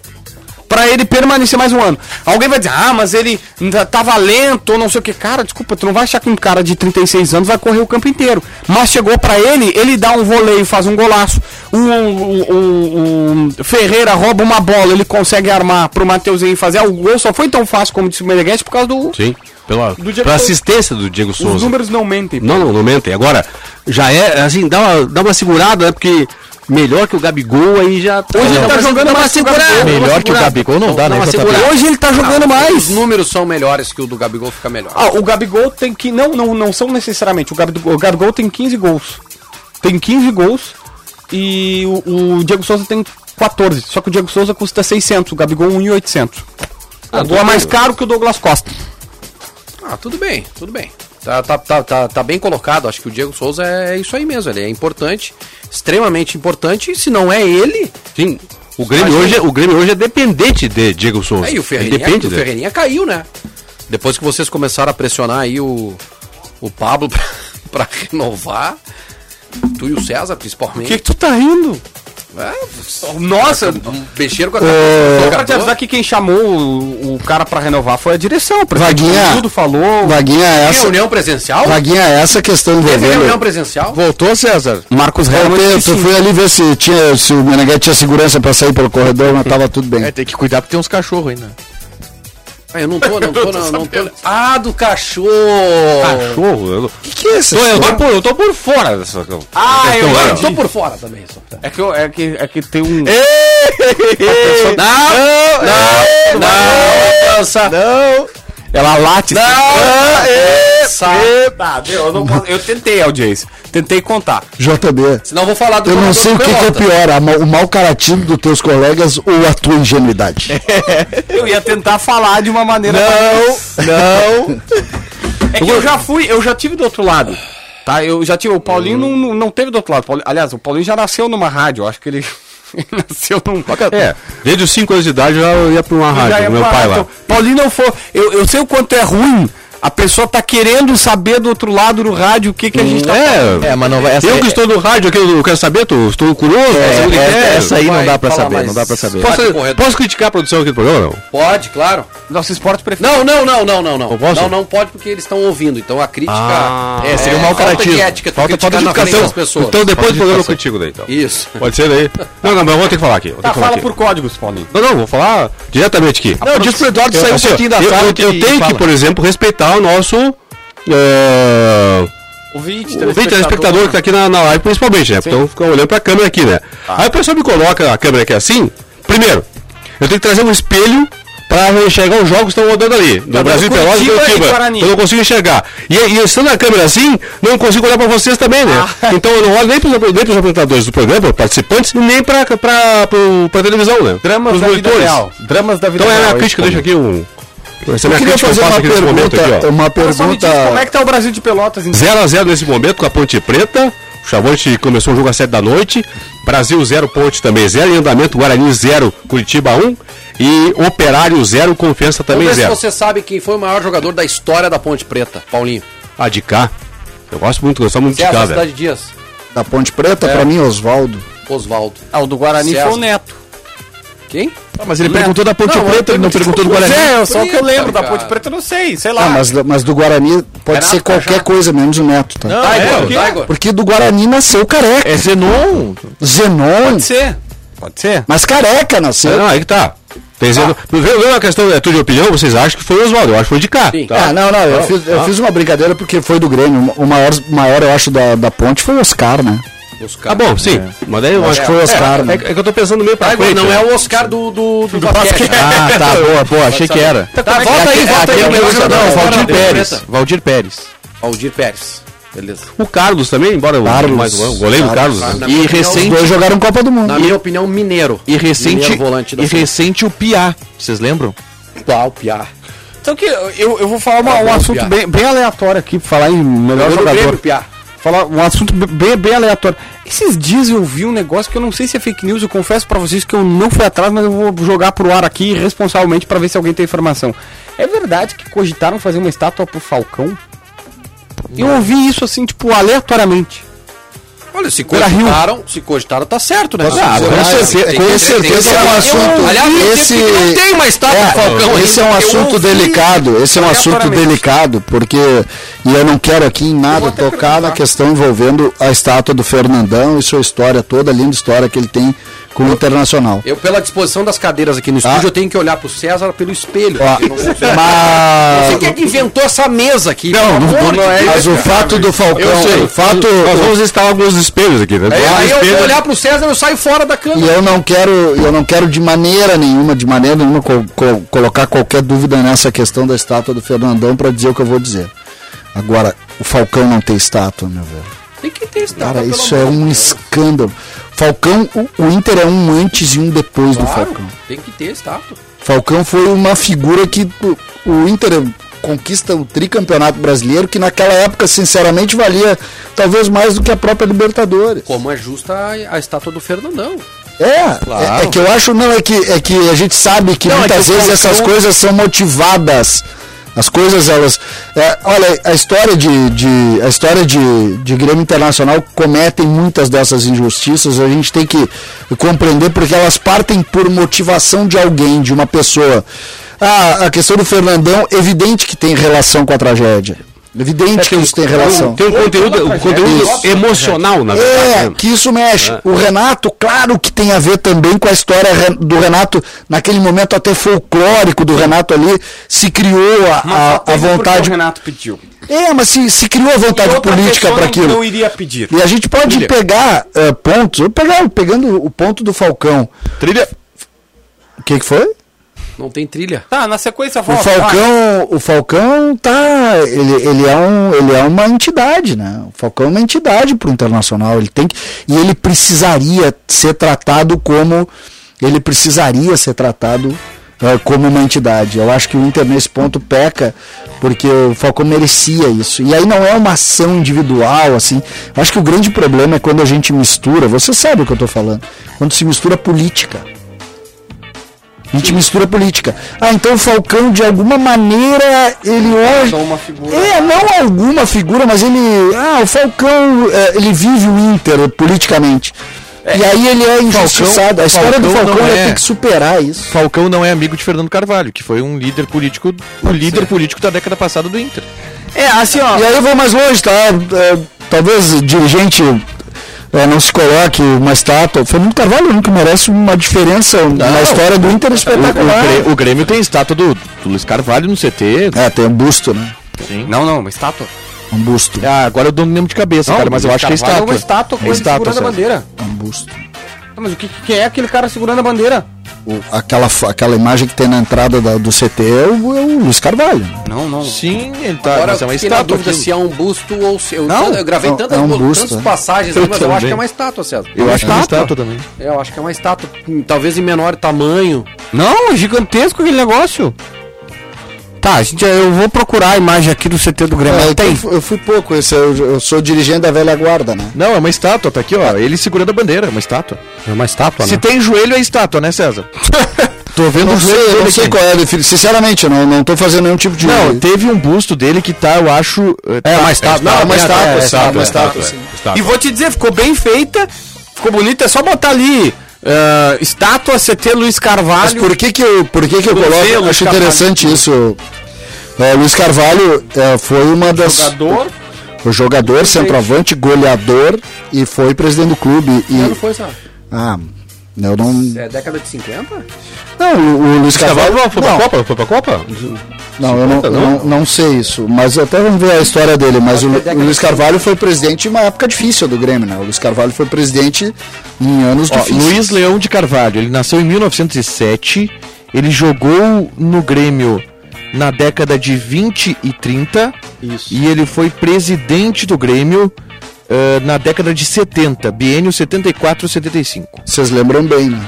B: Pra ele permanecer mais um ano. Alguém vai dizer, ah, mas ele ainda tava lento, ou não sei o que. Cara, desculpa, tu não vai achar que um cara de 36 anos vai correr o campo inteiro. Mas chegou pra ele, ele dá um voleio, faz um golaço. O o- o- o Ferreira rouba uma bola, ele consegue armar pro Mateuzinho fazer. O gol só foi tão fácil como disse o Meneghetti por causa do.
C: Sim. Pela, pela
B: Diego Souza.
C: assistência do Diego
B: Os
C: Souza.
B: números não mentem.
C: Não, não, não mentem. Agora, já é, assim, dá uma, dá uma segurada, né? Porque melhor que o Gabigol aí já...
B: Hoje ele tá jogando mais que o Gabigol.
P: Melhor que o Gabigol não dá, né?
C: é
P: JP?
B: Hoje ele tá jogando
D: Os
B: mais.
D: números são melhores que o do Gabigol fica melhor.
B: Ah, o Gabigol tem que. Não, não, não são necessariamente. O Gabigol, o Gabigol tem 15 gols. Tem 15 gols e o, o Diego Souza tem 14. Só que o Diego Souza custa 600, o Gabigol 1,800.
C: Ah,
B: O gol é mais caro que o Douglas Costa.
D: Ah, tudo bem, tudo bem. Tá, tá, tá, tá, tá bem colocado. Acho que o Diego Souza é isso aí mesmo. Ele é importante, extremamente importante. E se não é ele.
C: Sim. O Grêmio, hoje, é- o Grêmio hoje é dependente de Diego Souza.
D: Aí o
C: Ele
D: Ferreirinha,
C: Depende
D: o
C: dele.
D: Ferreirinha caiu, né? Depois que vocês começaram a pressionar aí o, o Pablo pra, pra renovar. Tu e o César, principalmente.
B: tu tá rindo? Nossa,
D: Um bexeiro com a
B: eu
D: cabeça.
B: quero te avisar que quem chamou o, o cara pra renovar foi a direção. O presidente
J: Vaguinha.
B: Tudo falou.
J: Vaguinha, essa,
D: Reunião presencial?
J: Vaguinha, essa questão do
D: Teve reunião
J: governo.
D: presencial?
P: Voltou, César?
B: Marcos
J: Eu,
B: Real.
J: Pedro, eu fui ali ver se, tinha, se o Meneghete tinha segurança pra sair pelo corredor, mas tava tudo bem.
P: É, tem que cuidar porque tem uns cachorros ainda.
D: Ah, eu não tô, não tô, não, não tô. Ah, do cachorro!
C: Cachorro. Eu,
J: O que, que é isso?
C: tô, eu, tô por, eu tô por fora dessa...
B: Ah, eu
D: Eu tô por fora também, só.
B: É que, eu- é, que, é que tem um.
D: Não, não, dança.
B: Ela late.
D: Dança.
B: Ah, meu, eu, não posso- eu tentei, audiência. Tentei contar.
J: JB,
D: Senão eu vou falar do
J: eu não
D: jogador
J: sei o
D: do
J: que, que é
D: Pelota.
J: pior, a ma- o mau caratismo dos teus colegas ou a tua ingenuidade.
B: Eu ia tentar falar de uma maneira. Não, não. É que eu já fui, eu já tive do outro lado. Tá, eu já tive. O Paulinho não, não, não teve do outro lado. Paulinho- aliás, o Paulinho já nasceu numa rádio. Eu acho que ele, ele nasceu num.
C: É, desde os 5 anos de idade eu já ia pra uma
B: Já
C: rádio,
B: é
C: meu
B: barato.
C: pai lá.
B: Paulinho não for. Eu, eu sei o quanto é ruim. A pessoa tá querendo saber do outro lado do rádio o que, que a gente tá.
C: É,
P: É, mas não vai. Essa,
C: eu que estou no rádio aqui, eu quero saber, tô, estou curioso.
P: é,
C: sabe o que
P: essa-
C: quero.
P: essa aí não
D: Vai,
P: dá pra
D: fala
P: saber,
D: mais.
P: não dá pra saber.
D: Pode-
C: Posso,
D: correto.
C: posso criticar a produção aqui do programa? Não?
D: Pode, claro.
B: Nosso
C: é?
B: esporte preferido.
D: Não, não, não, não, não, não.
P: posso?
D: Não, não pode porque eles estão ouvindo. Então a crítica
P: é, seria um mau
D: falta de
P: caratismo.
D: ética, tu
P: Falta-
D: criticar
P: falta de
D: na frente
P: educação.
D: das pessoas.
C: Então depois do programa eu
P: Pode
C: critico daí, então.
D: Isso.
C: Pode ser daí. Não, não, mas eu vou ter que falar aqui. Vou ter
B: Tá,
C: que falar
B: fala
C: aqui.
B: por códigos, Paulinho.
C: Não, não, vou falar diretamente aqui.
P: Não, diz pro Eduardo sair um
C: assim, ó,
P: pouquinho da
C: eu-
P: sala.
C: eu- Eu,
P: e- e
C: tenho que,
P: fala.
C: por exemplo, respeitar o nosso. É,
B: O vídeo,
C: o vídeo telespectador
B: né?
C: que tá aqui na, na live, principalmente, né? Então fica olhando pra câmera aqui, né?
B: Tá.
C: Aí o pessoal me coloca a câmera aqui assim. Primeiro, eu tenho que trazer um espelho pra enxergar os jogos que estão rodando ali. Do Brasil
B: Tá Curitiba
C: Pelotas e
B: e
C: Curitiba.
B: Guarani.
C: Eu não consigo enxergar. E, e eu estando na câmera assim, não consigo olhar pra vocês também, né?
B: Ah.
C: Então eu não olho nem pros, apre- nem pros apresentadores do programa, pros participantes, e nem pra, pra, pro- pra televisão, né?
B: Dramas
C: Pros
B: da vida real. Dramas da vida
C: Então é a minha
B: real,
C: crítica,
B: esse
C: deixa aqui um. Essa é a minha
J: Eu queria
C: crítica que eu
J: fazer
C: faço
J: uma
C: aqui nesse momento aqui, ó.
J: pergunta, uma
B: Agora só me
J: pergunta.
B: diz como é que tá o Brasil de Pelotas então?
C: 0x0 nesse momento com a Ponte Preta. O Chavante começou o jogo às 7 da noite. Brasil 0, Ponte também 0 em andamento. Guarani 0, Curitiba 1. E Operário 0, Confiança também
D: Vamos ver se
C: 0.
D: você sabe quem foi o maior jogador da história da Ponte Preta, Paulinho.
C: A Ah, de cá. Eu gosto muito, gosto muito de
D: César
C: cá,
D: Cidade
C: velho.
D: Dias,
J: Da Ponte Preta, pra mim, Oswaldo.
D: Oswaldo.
B: Ah, o do Guarani
D: César.
B: foi o Neto.
D: Quem?
P: Ah, Mas ele perguntou da Ponte Preta, ele não perguntou do Guarani.
B: É, só o que eu lembro da
D: cara.
C: ah,
B: Ponte Preta, eu não sei, sei lá.
J: Ah, mas, mas do Guarani pode ser qualquer coisa, menos o Neto, tá?
P: É,
B: É,
D: Tiger,
B: o quê?
D: Tiger.
J: É Porque do Guarani nasceu careca.
P: É Zenon.
J: Zenon.
D: Pode ser.
B: Pode ser?
J: Mas careca nasceu.
C: Não, aí que tá. Tem sendo- Não vê, vê uma questão, é tudo de opinião, vocês acham que foi o Oswaldo, eu acho que foi de cá.
D: Sim. É,
C: Tá.
J: Ah, não, não, eu, fiz, eu fiz uma brincadeira porque foi do Grêmio. O maior, maior eu acho, da, da ponte foi o Oscar, né?
C: Tá bom, sim.
D: é.
C: Mas daí eu acho que foi o Oscar, né? É, que eu tô pensando meio pra frente. né?
D: Não é o Oscar do, do, do, basquete.
E: Ah, tá, boa, boa, achei Então, é que era.
D: Tá, volta aí, volta aí.
E: Aquele
D: Não,
E: que-
D: não,
E: não,
D: não,
E: Valdir
D: não,
E: Pérez.
D: não.
E: Valdir Pérez.
D: Valdir Pérez. Beleza.
C: O Carlos também, embora
J: Carlos.
C: o mais
E: um
C: o goleiro Carlos.
D: Carlos. é Na
E: né? E
D: minha opinião,
J: Os
E: recente,
J: dois jogaram Copa do Mundo.
D: Na minha opinião, mineiro.
E: e recente,
D: Mineiro, volante da
E: e recente o Piá. Vocês lembram?
D: Qual, Piá?
B: Então que eu, eu vou falar uma-
D: Tá
B: um
D: bom,
B: assunto
D: Piá.
B: bem, bem aleatório aqui, pra falar em melhor
D: Jogador do
B: jogador.
D: Grêmio, Piá.
B: falar um assunto be- bem, bem aleatório. Esses dias eu vi um negócio que eu não sei se é fake news, eu confesso pra vocês que eu não fui atrás, mas eu vou jogar pro ar aqui responsavelmente pra ver se alguém tem informação. É verdade que cogitaram fazer uma estátua pro Falcão? Eu ouvi isso assim, tipo, aleatoriamente.
D: Olha, se cogitaram, se cogitaram, tá certo, né?
J: Ah, com certeza, com certeza é um assunto. esse
D: tem uma estátua do Falcão
J: esse é um assunto delicado. Esse é um assunto
B: aleatoriamente.
J: delicado porque e eu não quero aqui em nada tocar na questão envolvendo a estátua do Fernandão e sua história toda a linda história que ele tem com o Internacional.
D: Eu, pela disposição das cadeiras aqui no
J: Ah.
D: estúdio, eu tenho que olhar pro César pelo espelho.
J: Ó,
D: porque eu não consigo-
J: Ah, mas
D: Você quem é que inventou essa mesa aqui?
J: Ah, Não,
D: Pelo
J: não,
D: amor de
J: é
D: Deus,
J: mas o
D: cara.
J: fato do
D: Eu
J: Falcão,
D: sei.
J: o fato
C: Nós vamos instalar alguns espelhos aqui, né?
D: É,
C: Alguns
D: aí eu
C: espelhos.
D: vou olhar pro César e eu saio fora da câmera.
J: E eu não quero, eu não quero de maneira nenhuma, de maneira nenhuma co- co- colocar qualquer dúvida nessa questão da estátua do Fernandão para dizer o que eu vou dizer. Agora, o Falcão não tem estátua, meu velho.
D: Tem que ter estátua,
J: é- Cara,
D: Tá, pelo
J: isso é
D: amor de
J: um
D: Deus.
J: escândalo. Falcão, o, o Inter é um antes e um depois do
D: Claro,
J: Falcão.
D: tem que ter estátua.
J: Falcão foi uma figura que o, o Inter conquista o tricampeonato brasileiro, que naquela época, sinceramente, valia talvez mais do que a própria Libertadores.
D: Como é justa a, a estátua do Fernandão.
J: É,
D: Claro.
J: é, é que eu acho, não, é que, é que a gente sabe que
D: Não, é
J: muitas
D: que o
J: vezes essas
D: Falcão-
J: coisas são motivadas. As coisas, elas. é, olha, a história de. de- a história de, de Grêmio Internacional cometem muitas dessas injustiças. A gente tem que compreender porque elas partem por motivação de alguém, de uma pessoa. Ah, a questão do Fernandão, evidente que tem relação com a tragédia. Evidente que isso tem relação.
C: Tem um conteúdo, um
B: né?
C: conteúdo
J: Isso.
C: emocional, na
J: É,
B: Uhum.
C: verdade. né?
J: que isso mexe. O Renato, claro que tem a ver também com a história re- do Renato, naquele momento até folclórico do Renato ali, se criou a- a, a, vontade.
B: Renato pediu.
J: É, mas se, se criou a
B: tá
J: vontade política para aquilo.
B: Não iria pedir.
J: E a gente pode pegar eh, pontos, eu pegar, pegando o ponto do Falcão.
C: Trilha.
J: O que, que foi?
D: Não tem trilha.
B: Tá, na sequência
J: O
B: volta.
J: Falcão, o Falcão tá, ele, ele, é um, ele é uma entidade, né? O Falcão é uma entidade pro Internacional, ele tem que, e ele precisaria ser tratado como ele precisaria ser tratado eh, como uma entidade. Eu acho que o Inter nesse ponto peca porque o Falcão merecia isso. E aí não é uma ação individual assim. Eu acho que o grande problema é quando a gente mistura, você sabe o que eu tô falando, quando se mistura política. A gente mistura política. Ah, então o Falcão, de alguma maneira, ele hoje.
B: uma figura.
J: É, não alguma figura, mas ele. Ah, o Falcão, é, ele vive o Inter politicamente. E aí ele é injustiçado. a história do
E: Falcão
J: Falcão
E: não
J: ele
E: é.
J: tem que superar isso.
E: Falcão não é amigo de Fernando Carvalho, que foi um líder político, o líder político da década passada do Inter.
B: É, assim, ó.
J: E aí eu vou mais longe, tá? É, talvez o dirigente é, não se coloque uma estátua. O Fernando Carvalho nunca merece uma diferença na história do Inter espetacular.
E: O, Grê- o Grêmio tem estátua do, do Luiz Carvalho no CT.
J: É, tem um busto, né?
B: Não, não, uma estátua.
J: Um busto.
E: Ah, agora eu não lembro de cabeça, cara, mas eu acho que é
B: Carvalho uma estátua
E: estátua.
B: com
E: É
B: ele
E: estátua,
B: segurando a
E: César.
B: bandeira.
J: Um busto.
B: Tá, mas o que, que é aquele cara segurando a bandeira?
J: O- aquela, fo- aquela imagem que tem na entrada da- do CT é o, é o Luiz Carvalho.
B: Não, não.
E: Sim, ele tá.
D: Agora
E: mas é
D: eu
E: uma
D: fiquei na
E: estátua.
D: dúvida
E: aquilo.
D: se é um busto ou se. Eu,
J: Não,
D: eu gravei
J: não,
D: tantas,
J: é um
D: bo-
J: busto,
B: né?
D: tantas
J: é.
D: passagens,
E: Eu
D: ali, mas eu acho
E: também.
D: que é uma estátua, César.
E: Eu acho que é uma estátua também.
D: É, Eu acho que é uma estátua, hum, talvez em menor tamanho.
B: Não, é gigantesco aquele negócio. Tá, gente, eu vou procurar a imagem aqui do CT do Grêmio.
J: É, então eu fu- Eu fui pouco, esse- eu, eu sou dirigente da velha guarda, né?
E: Não, é uma estátua, tá aqui, ó. Ele segurando a bandeira, é uma estátua.
B: É uma estátua,
E: Se tem joelho, é estátua, né, César? Tô vendo
J: Não
E: o
J: sei,
E: joelho
J: eu
E: dele
J: não sei
E: aqui.
J: qual é, a defini- sinceramente, eu não, não tô fazendo nenhum tipo de.
E: Não, teve um busto dele que tá, eu acho. É, uma estátua.
J: Não, é uma estátua,
E: é,
J: é,
E: estátua,
J: uma
E: é,
J: estátua, sim.
B: E vou te dizer, ficou bem feita, ficou bonita, é só botar ali eh, estátua CT Luiz
J: Mas
B: Carvalho.
J: por que que eu, por que que eu
B: Não sei,
J: coloco?
B: Luiz
J: acho
B: Carvalho.
J: interessante isso. É, Luiz Carvalho é, foi uma das.
B: Jogador.
J: O jogador,
B: Hum.
D: Ah,
J: centroavante, goleador e foi presidente do clube. E,
D: Não foi, César?
J: Ah, Eu não.
D: É década de 50?
J: Não, o, o Luiz
C: Cavalo
J: Cavalo.
C: não foi pra
J: não,
C: Copa? Foi pra Copa?
J: não, eu não, eu não, não sei isso. Mas até vamos ver a história dele. Mas o, o Luiz Carvalho foi presidente em uma época difícil do Grêmio, né? O Luiz Carvalho foi presidente em anos
E: Ó,
J: difíceis.
E: Luiz Leão de Carvalho, ele nasceu em 1907, ele jogou no Grêmio na década de 20 e 30
D: Isso.
E: e ele foi presidente do Grêmio eh, na década de 70, biênio 74-75.
J: Vocês lembram bem, né?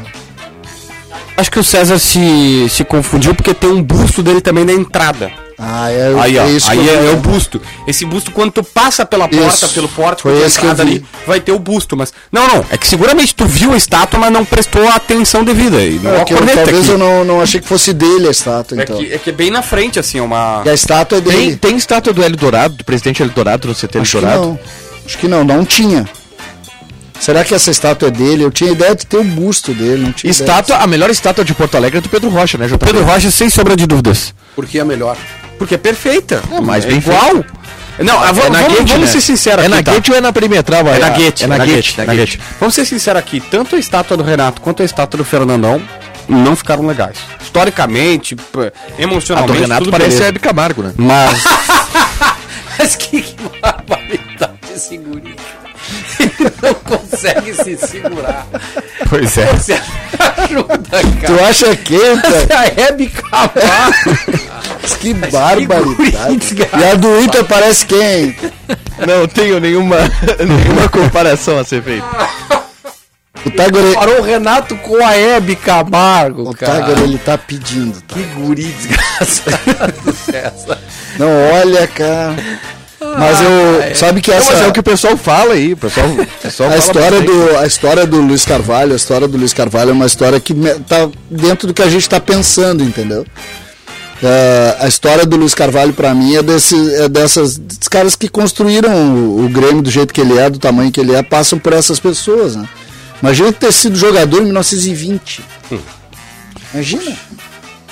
B: Acho que o César se, se confundiu porque tem um busto dele também na entrada.
J: Ah, é,
B: Aí, ó,
J: é isso que
B: aí
J: eu-
B: é, é o busto. Esse busto, quando tu passa pela porta,
J: Isso.
B: pelo pórtico,
J: Foi
B: pela
J: esse que eu
B: entrada
J: vi.
B: vai ter o busto. Mas não, não. É que seguramente tu viu a estátua, mas não prestou a atenção devida. E não
J: É
B: é,
J: que eu- talvez eu não, não achei que fosse dele a estátua,
B: é,
J: então.
B: que, é que é bem na frente, assim, é uma.
J: E a estátua é dele.
E: Tem, tem estátua do Hélio Dourado, do presidente Hélio Dourado, no CT Hélio
J: Acho que
E: Dourado?
J: não. Acho que não, não tinha. Será que essa estátua é dele? Eu tinha ideia de ter o busto dele, não tinha ideia.
E: Estátua, a melhor estátua de Porto Alegre é do Pedro Rocha, né, JP?
B: Pedro Rocha, sem sombra de dúvidas.
D: Porque é melhor.
B: Porque é perfeita. É,
E: mas bem
B: igual. Não, ah, vamos,
E: na
B: vamos-
E: Gate,
B: vamos
E: né?
B: ser sinceros
E: É na
B: aqui, tá?
E: Gate ou é na perimetral?
B: É na
E: Guete,
B: Gate,
E: é na Gate.
B: na Tá Gate. Vamos ser sinceros aqui, tanto a estátua do Renato quanto a estátua do Fernandão não ficaram legais. Historicamente, p-
E: A do
B: emocionalmente,
E: Renato
B: tudo
E: parece
B: beleza.
E: a Hebe Camargo, né?
B: Mas
D: Mas que, que barbaridade esse guri. Ele não consegue se segurar.
B: Pois é.
D: Você ajuda, cara. É,
J: Tu acha que, é, cara?
D: A Hebe Camargo.
J: Que
D: guri
J: barbaridade. E a do Inter parece quem?
E: Não tenho nenhuma, nenhuma comparação a ser feita.
J: O Tagore,
D: Parou o Renato com a Hebe Camargo,
J: o
D: cara.
J: Tagore ele tá pedindo. tá?
D: Que guri desgraçado, César.
J: Não, olha, cara. Mas
D: Ah,
J: eu. Sabe que
B: Então,
J: essa.
E: Mas é o que o pessoal fala aí, o pessoal, o pessoal
J: A
E: fala
J: história,
E: bastante.
J: do, a história do Luiz Carvalho, a história do Luiz Carvalho é uma história que me- tá dentro do que a gente está pensando, entendeu? É, a história do Luiz Carvalho, para mim, é, desse, é dessas desses caras que construíram o, o Grêmio do jeito que ele é, do tamanho que ele é, passam por essas pessoas. Né? Imagina ter sido jogador em 1920. Imagina.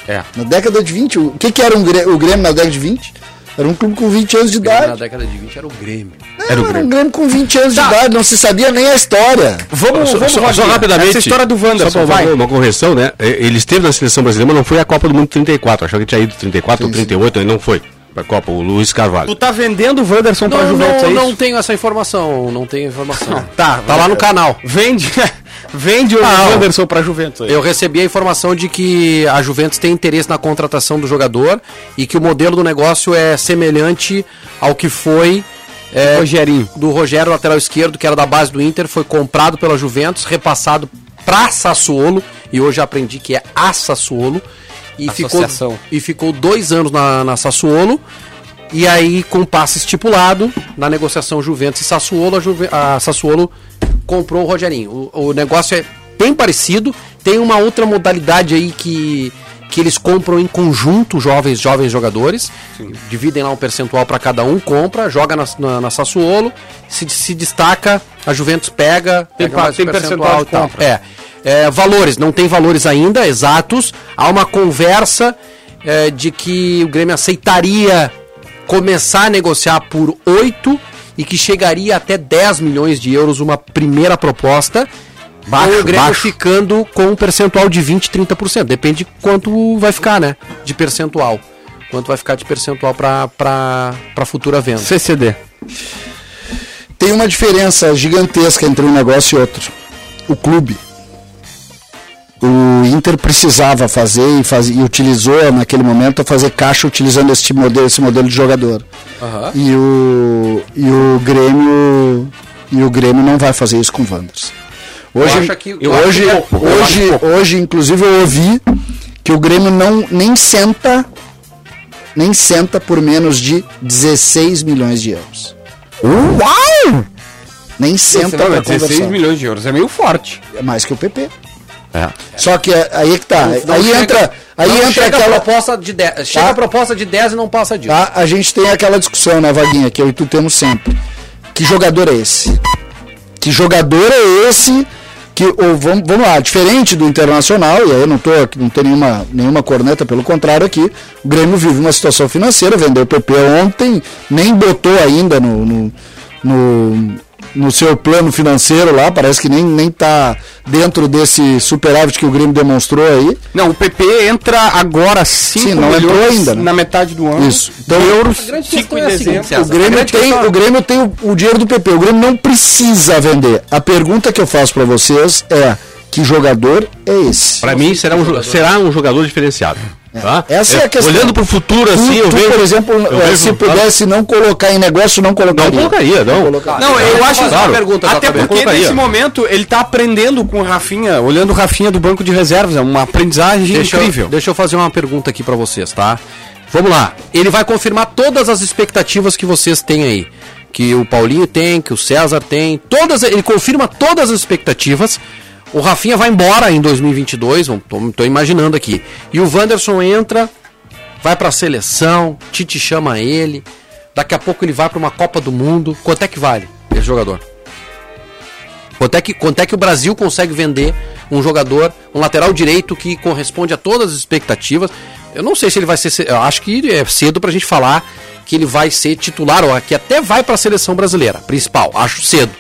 B: É.
J: Na década de 20. O que, que era um Grê- o Grêmio na década de 20? Era um clube com 20 anos de idade.
D: Na década de 20 era o Grêmio.
J: Não, era, um Grêmio com 20 anos de idade, não se sabia nem a história.
B: vamos,
C: Só-
B: vamos,
C: só, só
B: Roger.
C: rapidamente.
B: Essa é história do
C: só
B: Wanderson,
C: pra
B: vai.
C: uma, uma correção, né? É, Ele esteve na seleção brasileira, mas não foi à Copa do Mundo 34. Achava que tinha ido 34 ou 38, ele não foi pra Copa, o Luiz Carvalho.
B: Tu tá vendendo o Wanderson pra
D: Não,
B: Juventus,
D: não,
B: é
D: não
B: isso?
D: tenho essa informação. Não tenho informação.
B: Tá, tá lá no canal. Vende, vende o Wanderson pra Juventus é aí.
D: Eu recebi a informação de que a Juventus tem interesse na contratação do jogador e que o modelo do negócio é semelhante ao que foi é,
B: Rogerinho.
D: do Rogério, lateral esquerdo, que era da base do Inter, foi comprado pela Juventus, repassado pra Sassuolo, e hoje eu aprendi que é a Sassuolo, e, ficou,
B: Associação.
D: e ficou dois anos na, na Sassuolo, e aí com passe estipulado, na negociação Juventus e Sassuolo, a, Juve- a Sassuolo comprou o Rogerinho. O, o negócio é bem parecido, tem uma outra modalidade aí que que eles compram em conjunto jovens jovens jogadores, dividem lá um percentual para cada um, compra, joga na, na, na Sassuolo, se, se destaca, a Juventus pega,
B: Tem
D: pega
B: pa-
D: mais
B: tem percentual de
D: e tal.
B: compra.
D: É. É, valores, não tem valores ainda exatos, há uma conversa é, de que o Grêmio aceitaria começar a negociar por 8 e que chegaria até 10 milhões de euros uma primeira proposta. Baixo, o Grêmio ficando com um percentual de 20, 30%. Depende de quanto vai ficar, né? De percentual. Quanto vai ficar de percentual pra, pra, pra futura venda.
B: CCD.
J: Tem uma diferença gigantesca entre um negócio e outro. O clube. O Inter precisava fazer e, faz, e utilizou naquele momento a fazer caixa utilizando esse modelo, esse modelo de jogador. E, o, e o Grêmio e o Grêmio não vai fazer isso com o Wanderson. Hoje,
D: Eu acho que- eu acho
J: hoje,
D: que é pouco, eu
J: hoje, hoje, inclusive, eu ouvi que o Grêmio não nem senta nem senta por menos de 16 milhões de euros.
B: Uau!
J: Nem senta pra conversar.
B: milhões de euros, é meio forte.
J: É mais que o PP. Só que é- aí é que tá. aí
D: chega-
J: entra, aí
D: Não,
J: entra
D: chega
J: aquela.
D: a proposta de 10. Chega
J: Tá.
D: a proposta de 10 e não passa disso.
J: tá? A gente tem aquela discussão, né, Vaguinha, que eu e tu temos sempre. Que jogador é esse? Que jogador é esse? Que, ou, vamos, vamos lá, diferente do Internacional, e aí eu não tô aqui, não tem nenhuma, nenhuma corneta, pelo contrário, aqui, o Grêmio vive uma situação financeira, vendeu o PP ontem, nem botou ainda no, no, no, no seu plano financeiro lá, parece que nem, nem tá dentro desse superávit que o Grêmio demonstrou aí.
B: Não, o PP entra agora 5
J: Sim, não entrou
B: milhões
J: ainda, né?
B: na metade do ano.
J: Isso. Então, euros,
D: grande questão é a seguinte,
J: o
D: César. A
J: Grêmio
D: grande
J: tem,
D: questão-
J: o, Grêmio tem o, o dinheiro do PP. O Grêmio não precisa vender. A pergunta que eu faço pra vocês é: que jogador é esse?
C: Pra mim, será um, jo- será um jogador diferenciado. Tá?
J: Essa é a questão.
C: Olhando pro futuro,
J: Tu-
C: assim, eu
J: tu,
C: vejo...
J: por exemplo,
C: eu
J: eh,
C: vejo- um
J: se pudesse não colocar em negócio, não colocaria.
C: Não colocaria, não.
B: Não, eu acho
D: fazer uma
B: claro.
D: pergunta,
B: Até
D: JB.
B: porque
C: Colocaria.
B: nesse momento ele tá aprendendo com o Rafinha, olhando o Rafinha do banco de reservas, é uma aprendizagem
D: Deixa eu,
B: incrível.
D: deixa eu fazer uma pergunta aqui pra vocês, tá? Vamos lá. Ele vai confirmar todas as expectativas que vocês têm aí. Que o Paulinho tem, que o César tem. Todas, ele confirma todas as expectativas. O Rafinha vai embora em 2022, vamos- tô, tô imaginando aqui. E o Wanderson entra, vai pra seleção, Tite chama ele. Daqui a pouco ele vai pra uma Copa do Mundo. Quanto é que vale esse jogador? Quanto é, que, quanto é que o Brasil consegue vender um jogador, um lateral direito que corresponde a todas as expectativas? Eu não sei se ele vai ser. Eu acho que é cedo pra gente falar que ele vai ser titular, ou que até vai pra seleção brasileira, principal. Acho cedo.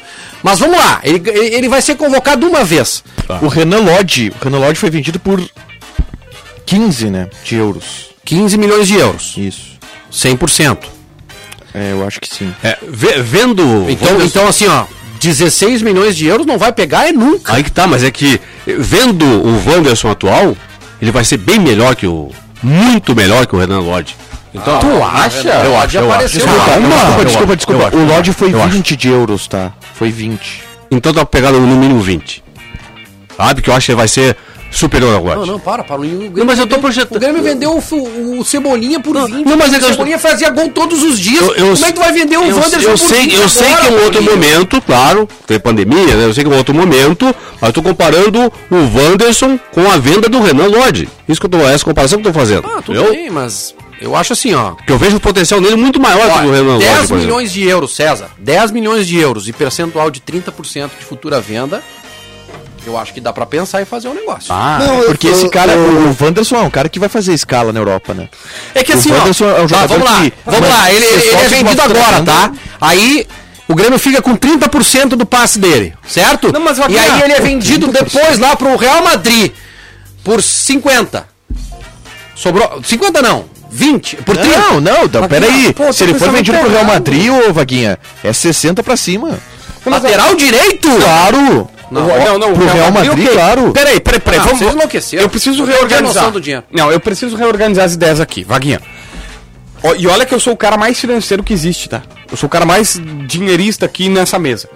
D: Mas vamos lá, ele, ele ele vai ser convocado uma vez.
E: O Renan Lodge, o Renan Lodge foi vendido por 15, né, de euros.
D: 15 milhões de euros,
E: Isso.
D: 100%.
E: É, eu acho que sim.
C: É, ve- vendo...
D: Então, então assim, ó, 16 milhões de euros não vai pegar é nunca.
C: Aí que tá, mas é que eh, vendo o Wanderson atual, ele vai ser bem melhor que o. Muito melhor que o Renan Lodge. Então, tu acha? um Eu acho, eu acho.
D: apareceu
C: Desculpa,
D: lá.
C: eu acho, eu
E: Desculpa,
C: acho,
E: desculpa,
C: eu
E: desculpa.
C: acho,
E: o
C: eu
E: Lodge
C: acho,
E: foi
C: eu acho.
E: 20 de euros, tá? Foi 20.
C: Então tá pegando no mínimo 20. Sabe? Que eu acho que ele vai ser superior ao Lodge.
D: Não, não, para, Paulinho. O Grêmio
C: Não, mas eu tô
D: vendeu-
C: projetando-
D: O Grêmio vendeu o, F- o Cebolinha por 20.
C: não, mas é que
D: o
C: eu-
D: Cebolinha fazia gol todos os dias.
C: Eu- eu-
D: Como é que tu vai vender o
C: Eu,
D: Wanderson
C: eu
D: por
C: sei,
D: 20
C: eu sei
D: agora,
C: que é um outro
D: Paulinho?
C: momento, claro, tem pandemia, né? Eu sei que é um outro momento, mas eu tô comparando o Wanderson com a venda do Renan Lodge. Isso que eu tô, essa comparação que eu tô fazendo.
D: Ah, tudo
C: entendeu?
D: bem, mas eu acho assim, ó.
C: Que eu vejo o potencial nele muito maior que o do Renan
D: Ó,
C: Lodge.
D: 10
C: por exemplo.
D: milhões de euros, César. 10 milhões de euros e percentual de 30% de futura venda. Eu acho que dá pra pensar e fazer um negócio.
C: Ah,
J: Não, eu-
E: Ah, é Porque esse
J: eu-
E: cara,
J: eu-
E: o Wanderson é um cara que vai fazer escala na Europa, né?
D: É que assim,
E: O
D: ó,
E: Wanderson é
D: tá,
E: um jogador
D: vamos lá,
E: que-
D: vamos lá, ele,
E: Mas
D: ele
E: só
D: é
E: se
D: vendido
E: mostra
D: agora,
E: jogando.
D: tá?
C: né?
D: Aí o Grêmio fica com 30% do passe dele, certo?
B: Não, mas,
D: e
B: Rafinha,
D: aí ele é vendido depois lá pro Real Madrid por 50. Sobrou 50 não, 20, por 30.
E: Não, não, não
D: Mas,
E: peraí.
D: pô,
E: Se ele
D: tô
E: for vendido
D: pensando
E: pro Real
D: errado.
E: Madrid, ô Vaguinha, é 60 pra cima.
B: é-
D: Lateral direito?
E: Claro!
D: Não,
E: Ó,
B: não, não, o
E: Pro
B: Real
E: Real
B: Madrid,
E: Madrid,
B: ok.
E: claro.
B: Peraí, peraí, peraí,
D: Ah,
B: vamos.
D: vocês enlouqueceram.
B: Eu preciso
D: Não tinha
B: reorganizar.
D: noção do dinheiro.
B: Não, eu preciso reorganizar as ideias aqui, Vaguinha. Ó, E olha que eu sou o cara mais financeiro que existe, tá? Eu sou o cara mais dinheirista aqui nessa mesa.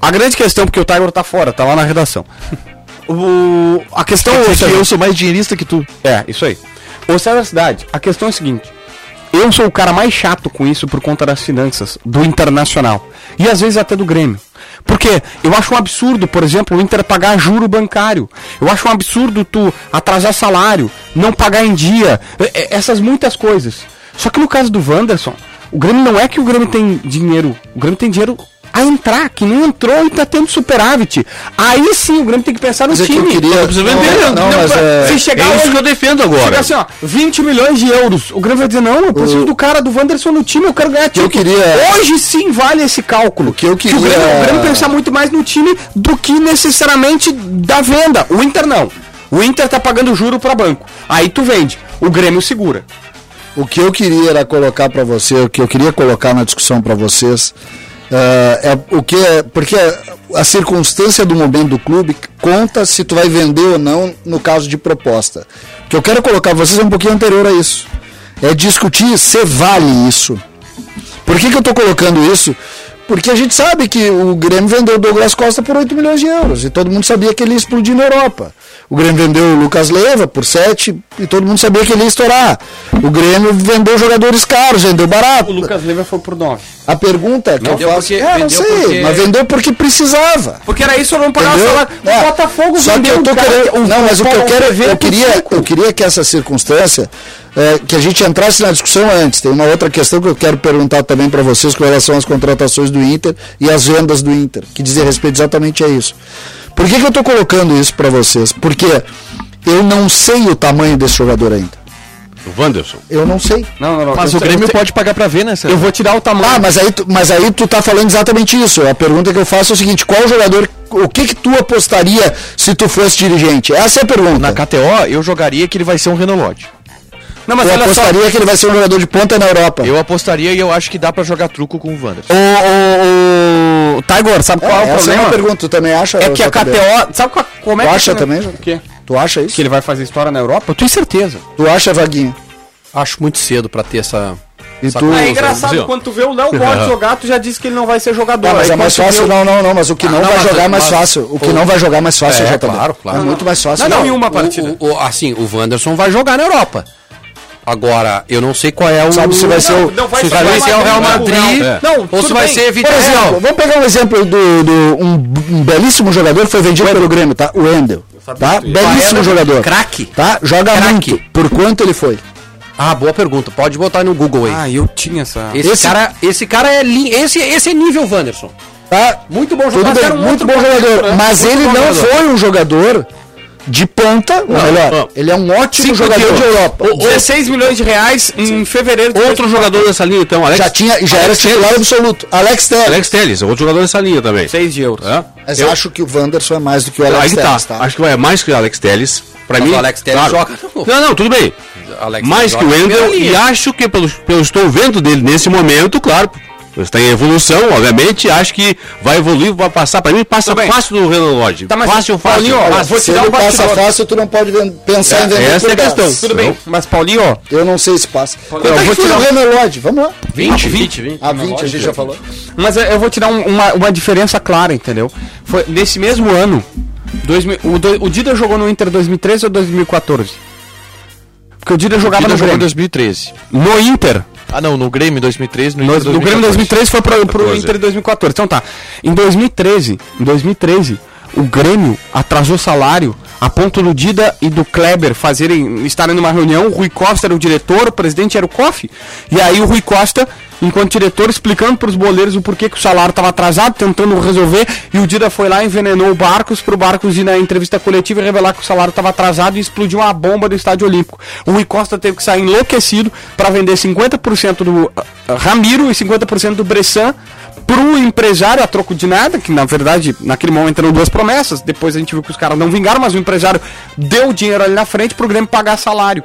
B: A grande questão, porque o Tiger tá fora, tá lá na redação. O, a questão
E: Quer
B: ô,
E: dizer que
B: César-
E: eu sou mais dinheirista que tu.
B: É, isso aí. Ô César Cidade, a questão é a seguinte. Eu sou o cara mais chato com isso por conta das finanças, do internacional. E às vezes até do Grêmio. Porque eu acho um absurdo, por exemplo, o Inter pagar juro bancário. Eu acho um absurdo tu atrasar salário, não pagar em dia. É, é, Essas muitas coisas. Só que no caso do Wanderson, o Grêmio não é que o Grêmio tem dinheiro. O Grêmio tem dinheiro a entrar, que não entrou e tá tendo superávit. Aí sim o Grêmio tem que pensar no
J: Mas é que
B: time.
J: eu queria-
B: Não precisa vender,
J: Não, não,
B: não,
J: mas
B: pra-
J: é-
B: se chegar
C: É isso
B: hoje-
C: que eu defendo agora.
B: Chega assim, ó, 20 milhões de euros. O Grêmio vai dizer, não, eu preciso do cara do Wanderson no time, eu quero ganhar título.
J: queria- é-
B: Hoje sim vale esse cálculo.
J: que eu
B: o,
J: queria- é-
B: Grêmio, o Grêmio pensar muito mais no time do que necessariamente da venda. O Inter não. O Inter tá pagando juro pra banco. Aí tu vende. O Grêmio segura.
J: O que eu queria era colocar para você, o que eu queria colocar na discussão para vocês, eh, é o que é, porque a circunstância do momento do clube conta se tu vai vender ou não no caso de proposta. O que eu quero colocar pra vocês é um pouquinho anterior a isso. É discutir se vale isso. Por que, que eu tô colocando isso? Porque a gente sabe que o Grêmio vendeu o Douglas Costa por 8 milhões de euros e todo mundo sabia que ele ia explodir na Europa. O Grêmio vendeu o Lucas Leiva por 7 e todo mundo sabia que ele ia estourar. O Grêmio vendeu jogadores caros, vendeu barato.
B: Leiva foi por 9.
J: A pergunta que eu
D: Vendeu
J: faço
D: porque-
J: é, não
D: vendeu
J: sei,
D: porque-
J: mas vendeu porque precisava.
B: Porque era isso, eu não pagava
J: Entendeu?
B: salário. O
J: É.
B: Tá Botafogo
J: Só que
B: vendeu
J: eu tô
B: um cara
J: querendo.
B: que- o-
J: não, mas o que eu
B: Paulo
J: quero é
B: Ferreira
J: Eu
B: por
J: queria,
B: cinco.
J: eu queria que essa circunstância. é, que a gente entrasse na discussão antes. Tem uma outra questão que eu quero perguntar também para vocês com relação às contratações do Inter e às vendas do Inter, que dizem respeito exatamente a isso. Por que, que eu tô colocando isso para vocês? Porque eu não sei o tamanho desse jogador ainda.
C: O Wanderson.
J: Eu não sei.
B: Não, não, não.
E: Mas o Grêmio pode pagar pra ver, né,
B: Eu
E: Sérgio?
B: vou tirar o tamanho.
J: Ah, mas aí, tu, mas aí tu tá falando exatamente isso. A pergunta que eu faço é o seguinte: qual jogador, o que que tu apostaria se tu fosse dirigente? Essa é a pergunta.
E: Na KTO, eu jogaria que ele vai ser um Renolote.
B: não,
J: eu apostaria que ele vai ser um jogador de ponta na Europa.
E: Eu apostaria e eu acho que dá pra jogar truco com o Wanderson.
B: O, o, o Tiger, sabe
J: É,
B: qual é o
J: essa é uma
B: problema?
J: pergunta, tu também acha?
B: É que a
J: JB?
B: KTO. Sabe qual, como é
J: Tu
B: que.
J: acha também?
B: O quê?
J: Tu acha isso?
B: Que ele vai fazer história na Europa? Eu tenho certeza.
J: Tu acha, Vaguinho?
D: Acho muito cedo pra ter essa.
J: E
D: Só
J: tu...
D: que
B: É
D: Não,
B: engraçado,
D: Zé.
B: quando tu vê o Léo Borges jogar, tu já disse que ele não vai ser jogador.
J: Ah,
B: Aí
J: mas
B: Ah,
J: é
B: quando
J: mais
B: tu
J: fácil,
B: vê o-
J: não, não, não, mas o que não,
D: não,
J: vai
D: mas-
J: jogar é mais
D: mas-
J: fácil. O que
D: Pô.
J: não vai jogar é mais fácil,
D: É,
J: JB.
D: claro, claro.
J: É muito mais fácil.
B: Não, não,
J: né?
B: em uma
D: O-
B: partida.
D: o- o- assim, o Wanderson vai jogar na Europa. Agora, eu não sei qual é o.
J: Sabe se vai ser o-
B: não vai
D: se
B: ser
D: vai
B: o
D: ser o Real
B: Real Madrid,
D: Madrid.
B: não. Não,
D: Ou se
B: tudo
D: vai
B: bem.
D: ser
J: Por exemplo,
D: Villarreal.
J: vamos pegar um exemplo do, do- um, um belíssimo jogador que foi vendido pelo Grêmio, tá? O Endel. Tá? Belíssimo jogador.
D: né? Craque.
J: Tá? Joga
D: Craque.
J: muito. Por quanto ele foi?
D: Ah, boa pergunta. Pode botar no Google aí.
B: Ah, eu tinha essa.
D: esse,
J: esse-
D: cara, esse cara é li- esse esse é nível Wanderson.
J: Tá?
D: Muito bom
J: Tudo
D: jogador.
J: bem,
D: Era um
J: muito
D: outro
J: bom
D: jogador,
J: jogador.
D: né?
J: Mas
D: Muito
J: ele
D: bom
J: não
D: jogador.
J: foi um jogador de ponta, ou melhor, ele é um ótimo jogador de
D: um
J: Europa.
B: O- 16 milhões de reais em fevereiro de
C: Outro jogador dessa linha, então, Alex.
J: Já tinha, já era titular absoluto. Alex Telles.
C: Alex Telles, outro jogador dessa linha também.
B: 6 de euros.
C: Hã?
J: Mas eu acho que o Wanderson é mais do que o
C: Aí
J: Alex
C: que tá.
J: Telles, tá?
C: Acho que vai mais que o Alex Telles.
B: Tá
C: Pra
D: Mas
C: mim.
D: o Alex Telles joga.
C: Não, não, tudo bem.
B: É
D: Alex
C: mais que
D: joga
C: o
D: na primeira
C: Wendel.
D: linha.
C: E acho que, pelo, pelo estou vendo dele nesse momento, claro. Está em evolução, obviamente. Acho que vai evoluir, vai passar. Pra mim, passa
B: Tudo bem.
C: fácil do Renan Lodge.
B: Tá, mas-
C: fácil, fácil.
B: Paulinho, ó,
C: fácil.
B: vou te
J: Se
B: dar
J: ele
B: um
J: passa
B: bastidor.
J: fácil, tu não pode ven- pensar em vender
C: essa
J: por
C: é a
J: dez.
C: questão.
B: Tudo bem. Mas, Paulinho, ó.
J: Eu não sei se passa. Quanto
B: eu
J: é que
B: vou
J: foi
B: tirar
J: o
B: um-
J: Renan Lodge? Vamos lá.
C: 20, 20, 20.
J: A 20 a gente já falou.
B: Mas eu- eu vou tirar um- uma, uma diferença clara, entendeu? Foi nesse mesmo ano. 2000 o, do- o Dida jogou no Inter 2013 ou 2014? Porque o Dida jogava
E: Ele
B: no
E: jogou em
B: Grêmio.
E: 2013.
B: No Inter.
E: Ah, não, no Grêmio em 2013, no
B: No,
E: Inter
B: do Grêmio 2003
E: 2014.
B: foi pro, pro
C: 14.
B: Inter em 2014. Então tá. Em 2013, em 2013, o Grêmio atrasou salário a ponto do Dida e do Kleber fazerem estarem numa reunião. O Rui Costa era o diretor, o presidente era o COF. E aí o Rui Costa, enquanto diretor, explicando pros boleiros o porquê que o salário estava atrasado, tentando resolver. E o Dida foi lá, envenenou o Barcos pro Barcos ir na entrevista coletiva e revelar que o salário estava atrasado e explodiu uma bomba do Estádio Olímpico. O Rui Costa teve que sair enlouquecido para vender 50% do ah, ah, Ramiro e 50% do Bressan pro empresário a troco de nada, que na verdade naquele momento eram duas promessas, depois a gente viu que os caras não vingaram, mas o empresário deu o dinheiro ali na frente pro Grêmio pagar salário.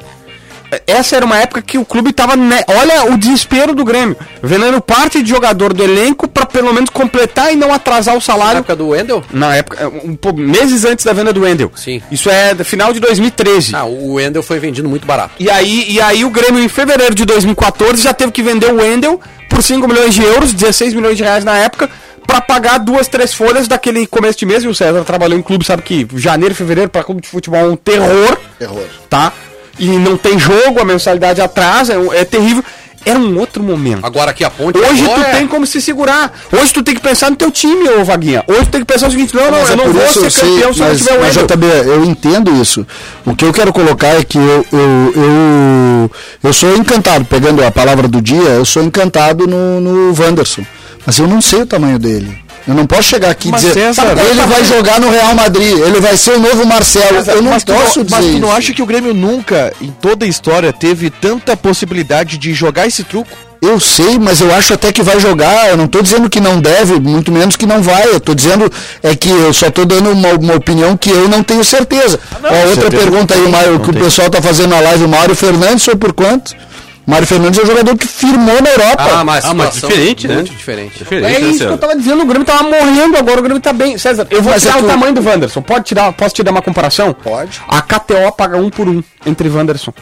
B: Essa era uma época que o clube tava. ne- Olha o desespero do Grêmio. Vendendo parte de jogador do elenco para pelo menos completar e não atrasar o
D: Na
B: salário.
D: época do Wendel?
B: Na época, um, po- meses antes da venda do Wendel.
D: Sim.
B: Isso é da- final de 2013.
D: Não, o Wendel foi vendido muito barato.
B: E aí, e aí o Grêmio em fevereiro de 2014 já teve que vender o Wendel por 5 milhões de euros, 16 milhões de reais na época, pra pagar duas, três folhas daquele começo de mês. E o César trabalhou em clube, sabe que janeiro, fevereiro para clube de futebol é um terror.
J: Terror.
B: Tá? E não tem jogo, a mensalidade atrasa, é, um- é terrível. Era um outro momento.
D: Agora aqui a ponte.
B: Hoje
D: agora
B: tu
D: é-
B: tem como se segurar. Hoje tu tem que pensar no teu time, ô Vaguinha. Hoje tu tem que pensar o seguinte: não, não,
J: Mas
B: eu
J: é
B: não
J: por
B: vou
J: isso,
B: ser
J: eu sei,
B: campeão se eu não
J: mas-
B: tiver o
J: mas,
B: Wendel.
J: JB, eu entendo isso. O que eu quero colocar é que eu, eu, eu, eu sou encantado, pegando a palavra do dia, eu sou encantado no, no Wanderson. Mas eu não sei o tamanho dele. Eu não posso chegar aqui e
B: Mas
J: dizer,
B: César,
J: ele
B: mas-
J: vai jogar no Real Madrid, ele vai ser o novo Marcelo. eu não
E: mas tu,
J: posso
E: não,
J: dizer
E: mas tu não
J: isso.
E: acha que o Grêmio nunca, em toda a história, teve tanta possibilidade de jogar esse truco?
J: Eu sei, mas eu acho até que vai jogar. Eu não tô dizendo que não deve, muito menos que não vai. Eu tô dizendo é que eu só tô dando uma, uma opinião que eu não tenho certeza.
E: Ah,
J: Ó, outra pergunta aí, Mário, que o pessoal tá fazendo na live, o Mário Fernandes foi por quanto? Mário Fernandes é um jogador que firmou na Europa.
D: Ah, mas,
C: Ah, mas
D: situação
C: diferente, né?
D: muito diferente.
B: É isso que eu tava dizendo, o Grêmio tava morrendo agora, o Grêmio tá bem. César, eu vou
J: Mas
B: tirar
J: é
B: o
J: que o-
B: tamanho do Wanderson. Pode tirar, posso te dar uma comparação?
J: Pode.
B: A KTO paga um por um entre Wanderson.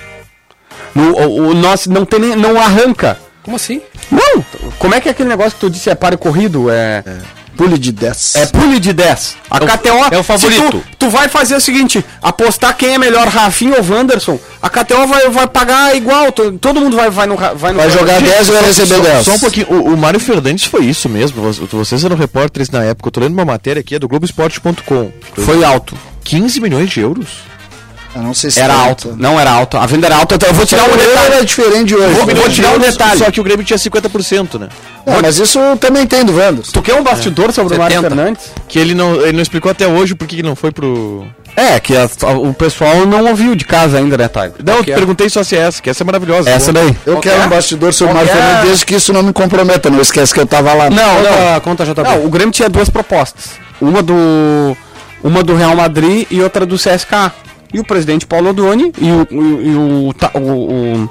B: No- o, o nosso não tem nem, não arranca.
D: Como assim?
B: Não! Como é que é aquele negócio que tu disse é pare corrido? É.
J: Pule de 10.
B: É pule de 10. A KTO.
C: é o
B: se
C: favorito.
B: Tu, tu vai fazer o seguinte: apostar quem é melhor, Rafinha ou Wanderson. A KTO vai, vai pagar igual. to- Todo mundo vai, vai no. Ra- Vai, no
J: Vai jogar 10 e vai receber 10.
E: Só um pouquinho, o, o Mário Fernandes foi isso mesmo. vo- Vocês eram repórteres na época, eu tô lendo uma matéria aqui, é do Globoesporte.com.
B: Foi alto.
E: 15 milhões de euros?
J: Eu não sei se
B: Era
J: tá-
B: alto. Não era alto. A venda era alta. Eu vou tirar um
J: O euro
B: detalhe.
J: era diferente de hoje.
B: Vou- vou tirar um detalhe.
E: Só que o Grêmio tinha 50%, né?
J: Ah, mas isso também tem do Wanders.
B: Tu quer um bastidor sobre o Mário
D: 70.
B: Fernandes?
E: Que ele não, ele não explicou até hoje por que que não foi pro.
B: É, que a- a- o pessoal não ouviu de casa ainda, né, Taigo?
E: Não, eu perguntei só se é essa, que essa é maravilhosa.
B: Essa daí.
J: Eu quero um bastidor sobre o Mário Fernandes, desde que isso não me comprometa. Não esquece que eu tava lá. né?
B: Não, não.
D: A conta já tá
B: Não, o Grêmio tinha duas propostas. Uma do uma do Real Madrid e outra do CSKA. E o presidente Paulo Odoni e o, e o, e o, Ta- o, o-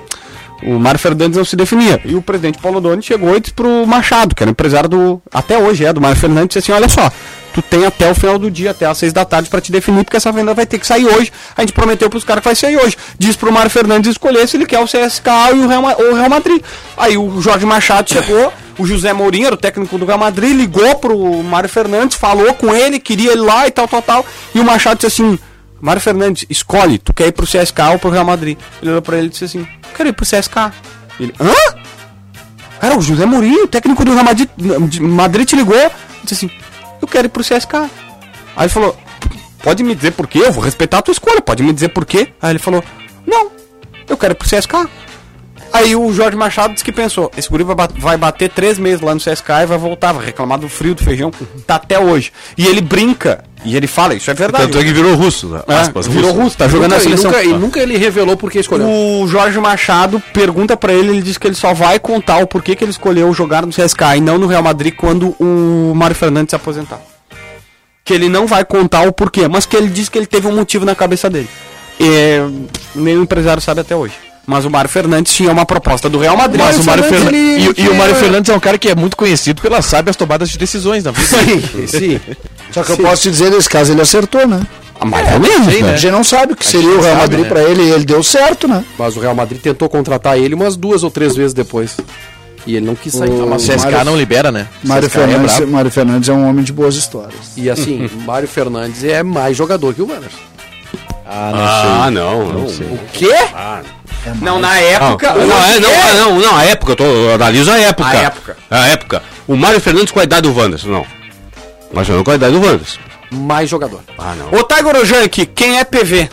B: o Mário Fernandes não se definia. E o presidente Paulo Odoni chegou e disse pro Machado, que era empresário do. Até hoje é do Mário Fernandes, disse assim: olha só, tu tem até o final do dia, até às seis da tarde, pra te definir, porque essa venda vai ter que sair hoje. A gente prometeu pros caras que vai sair hoje. Diz pro Mário Fernandes escolher se ele quer o CSKA e o Real, Ma- ou o Real Madrid. Aí o Jorge Machado chegou, o José Mourinho, era o técnico do Real Madrid, ligou pro Mário Fernandes, falou com ele, queria ele lá e tal, tal, tal. E o Machado disse assim. Mário Fernandes, escolhe, tu quer ir pro CSKA ou pro Real Madrid? Ele olhou pra ele e disse assim: quero ir pro CSKA. Ele, hã? Cara, o José Mourinho, o técnico do Real Madrid, de Madrid te ligou e disse assim: Eu quero ir pro CSK. Aí ele falou: Pode me dizer por quê? Eu vou respeitar a tua escolha, pode me dizer por quê? Aí ele falou: Não, eu quero ir pro CSK. Aí o Jorge Machado disse que pensou: Esse guri vai ba- vai bater três meses lá no CSK e vai voltar, vai reclamar do frio, do feijão. Tá até hoje. E ele brinca, e ele fala: Isso é verdade.
C: Tanto é que virou russo, né?
B: É,
E: Ah,
C: Aspas,
B: virou russo, tá jogando na
D: Nunca, e,
B: seleção.
D: nunca, e nunca ele revelou por que escolheu.
B: O Jorge Machado pergunta pra ele, ele diz que ele só vai contar o porquê que ele escolheu jogar no CSKA e não no Real Madrid quando o Mário Fernandes se aposentar. Que ele não vai contar o porquê, mas que ele diz que ele teve um motivo na cabeça dele. E nenhum empresário sabe até hoje. Mas o Mário Fernandes tinha uma proposta do Real Madrid.
E: Mas o Mário Fernan-
B: ele-
E: e, e o Mário Fernandes é um cara que é muito conhecido pelas sábias tomadas de decisões né? na vida.
J: Só que eu posso te dizer, nesse caso ele acertou, né?
B: Ah, Mais ou menos,
E: sei,
B: né?
J: A gente não sabe o que seria
E: gente
J: o Real
E: sabe,
J: Madrid
E: né?
J: pra ele e ele deu certo, né?
D: Mas o Real Madrid tentou contratar ele umas duas ou três vezes depois. E ele não quis sair.
J: O-
D: Ah,
E: O
D: mas-
E: CSK não libera, né?
J: Mário
E: CSKA é
J: Fernandes,
E: brabo.
J: Mário Fernandes é um homem de boas histórias.
D: E assim, Mário Fernandes é mais jogador que o Wanderson.
C: Ah, não, não sei.
D: Quê?
B: Não, na época.
C: Não, é, não, ah, não, não, a época, eu, tô, eu analiso a época.
B: A época.
C: A época. O Mário Fernandes com a idade do Wanderson, não. Mas não com a idade do Wanderson.
D: Mais jogador.
C: Ah, não.
B: Ô, Tiger Ojank, quem é PV?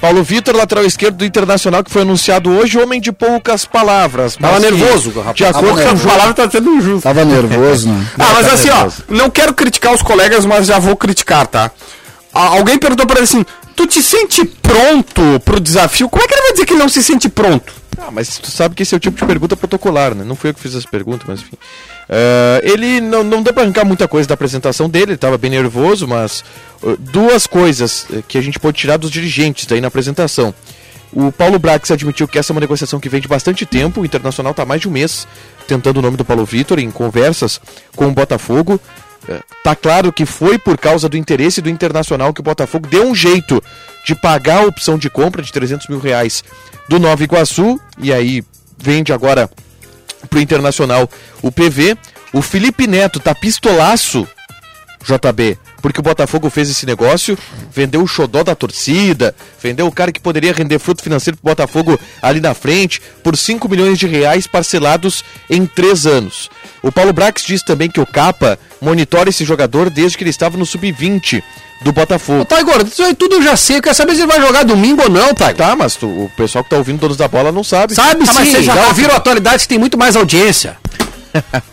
E: Paulo Vitor, lateral esquerdo do Internacional, que foi anunciado hoje, homem de poucas palavras.
D: Tava
E: mas que,
D: nervoso, rapaz.
E: De acordo com
B: A palavra tá sendo injusta.
J: Tava nervoso, né?
B: Ah,
C: tá
B: mas assim, ó, não quero criticar os colegas, mas já vou criticar, tá? A- alguém perguntou pra ele assim: tu te sente pronto pro desafio? Como é que ele vai dizer que ele não se sente pronto?
E: Ah, mas tu sabe que esse é o tipo de pergunta protocolar, né? Não fui eu que fiz essa pergunta, mas enfim. Ah, ele não, não deu pra arrancar muita coisa da apresentação dele, ele tava bem nervoso, mas ah, duas coisas eh, que a gente pode tirar dos dirigentes daí na apresentação. O Paulo Brax admitiu que essa é uma negociação que vem de bastante tempo, o Internacional tá há mais de um mês tentando o nome do Paulo Vitor em conversas com o Botafogo. Eh, Tá claro que foi por causa do interesse do Internacional que o Botafogo deu um jeito de pagar a opção de compra de 300 mil reais do Nova Iguaçu, e aí vende agora pro Internacional o PV. O Felipe Neto tá pistolaço, JB, porque o Botafogo fez esse negócio, vendeu o xodó da torcida, vendeu o cara que poderia render fruto financeiro pro Botafogo ali na frente, por 5 milhões de reais parcelados em 3 anos. O Paulo Brax diz também que o Capa monitora esse jogador desde que ele estava no sub-20 do Botafogo.
D: Tá, agora, isso aí tudo eu já sei. Eu quero saber se ele vai jogar domingo ou não, tá?
E: Tá, mas tu- o pessoal que tá ouvindo Donos da Bola não sabe.
D: Sabe
E: Tá, mas
D: sim,
E: vocês
D: já
E: tá-
D: ouviram a atualidade que tem muito mais audiência.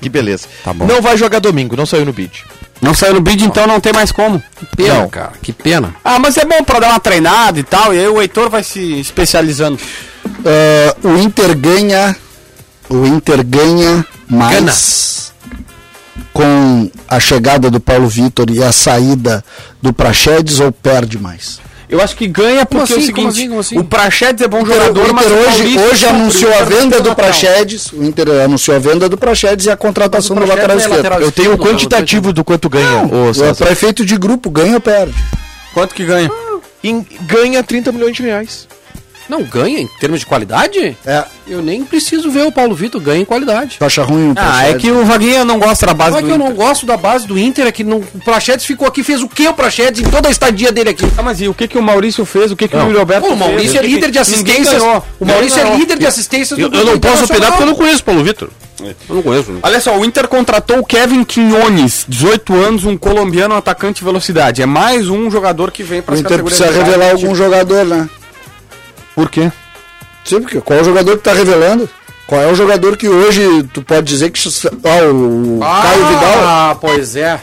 E: Que beleza. Não vai jogar domingo, não saiu no bid.
B: Não saiu no bid, então não tem mais como.
D: Pena, cara, que pena.
B: Ah, mas é bom pra dar uma treinada e tal, e aí o Heitor vai se especializando.
J: Ah, o Inter ganha. O Inter ganha mais. Com a chegada do Paulo Vitor e a saída do Praxedes ou perde mais?
B: Eu acho que ganha porque é o
D: assim,
B: seguinte:
D: como assim, como assim?
B: o Prachedes é bom
J: o
B: jogador,
J: Inter
B: mas o
J: assim? hoje,
B: Paulista
J: hoje
B: sofreu
J: anunciou a
B: pelo
J: venda do
B: lateral.
J: Praxedes. O Inter anunciou a venda do Praxedes e a contratação do lateral
D: Praxedes é lateral
J: esquerdo.
E: Eu tenho o
D: Não,
E: quantitativo do quanto ganha, ô
J: O
E: César.
J: prefeito de grupo ganha ou perde?
B: Quanto que ganha?
E: Em- ganha 30 milhões de reais.
D: Não ganha em termos de qualidade?
J: É.
D: Eu nem preciso ver o Paulo Vitor ganhar em qualidade.
J: Tu acha ruim o
B: Ah, é
J: Praxedes?
B: que o Vaguinha não gosta da base
D: Mas é
B: do
D: que eu
B: Inter.
D: não gosto da base do Inter, é que não, o Prachedes ficou aqui, fez o que o Prachedes em toda a estadia dele aqui?
B: Ah, mas e o que, que o Maurício fez? O que, que o Yuri Alberto
D: Pô, o
B: fez?
D: Maurício é líder de assistências. O Maurício é líder de assistências do
C: Eu, eu não posso opinar porque eu
D: pelo
C: não conheço o Paulo Vitor. Eu não conheço. né? não.
B: Olha só, o Inter contratou o Kevin Quinones, 18 anos, um colombiano atacante de velocidade. É mais um jogador que vem para
J: O Inter precisa revelar algum jogador, né?
B: Por quê?
J: Sim, porque qual é o jogador que tá revelando? Qual é o jogador que hoje tu pode dizer que. Ah, o Caio Vidal.
D: Ah, pois é.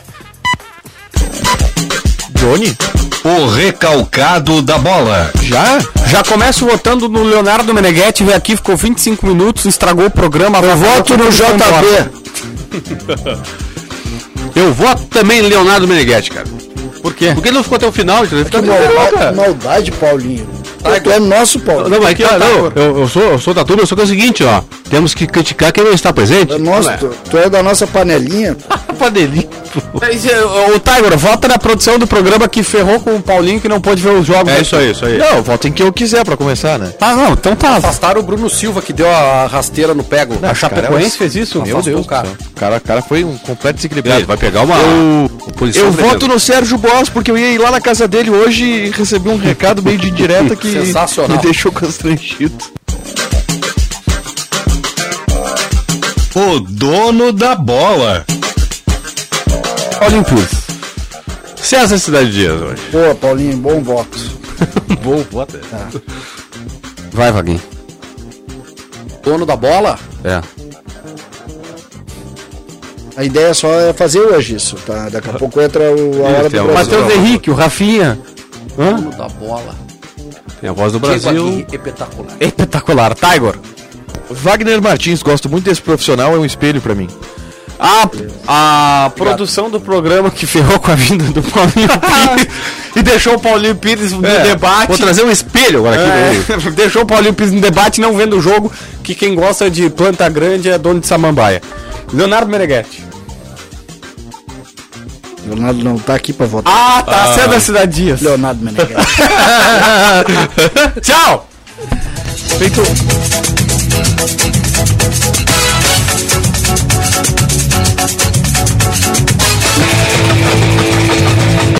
E: Johnny?
A: O recalcado da bola.
E: Já?
B: Já começo votando no Leonardo Meneghetti, veio aqui, ficou 25 minutos, estragou o programa.
J: Eu voto no JB.
C: Eu voto também em Leonardo Meneghetti, cara.
B: Por quê?
C: Porque ele não ficou até o final, gente. Ele ficou
J: Que É
C: até o final,
J: malda-
C: cara.
J: maldade, Paulinho. Tu é nosso, Paulo.
C: Não, mas aqui, ó, não, eu, eu sou, eu sou da turma, eu sou que é o seguinte, ó. Temos que criticar quem não está presente.
J: É nosso, tu, tu é da nossa panelinha.
C: panelinha.
B: é, O Tiger, vota na produção do programa que ferrou com o Paulinho que não pôde ver os jogos.
C: É isso aí, isso aí.
E: Não, voto em quem eu quiser pra começar, né?
B: Ah, não, então tá.
D: Afastaram o Bruno Silva que deu a rasteira no pego.
B: A Chapecoense fez isso?
E: Meu Deus, cara. O cara, o cara foi um completo desequilibrado.
C: Vai pegar uma, uma posição.
E: Eu
C: tremenda.
E: voto no Sérgio Boss, porque eu ia ir lá na casa dele hoje e recebi um recado meio de indireta que
D: Sensacional.
E: me deixou constrangido.
A: O dono da bola.
C: César Cidade Dias hoje.
J: Boa, Paulinho, bom voto.
C: Bom, vota.
B: Vai, Vaguinho.
D: Dono da bola?
J: A ideia só é fazer hoje isso, tá? Daqui a pouco entra o, a hora do
C: é o
J: Brasil.
B: Matheus Henrique, o Rafinha.
D: Dono da bola.
C: Tem a voz do
D: Diego
C: Brasil.
D: Aguirre, espetacular.
B: Espetacular. Tiger.
E: Wagner Martins, gosto muito desse profissional, é um espelho pra mim.
B: A produção do programa que ferrou com a vinda do Paulinho Pires e deixou o Paulinho Pires no
C: É,
B: debate.
C: Vou trazer um espelho agora aqui. né?
B: É, deixou o Paulinho Pires no debate não vendo o jogo, que quem gosta de planta grande é dono de samambaia. Leonardo Meneghetti.
J: Leonardo não tá aqui pra votar.
B: Ah, tá, ah. César Cidade Dias.
J: Leonardo Meneghetti.
B: Tchau!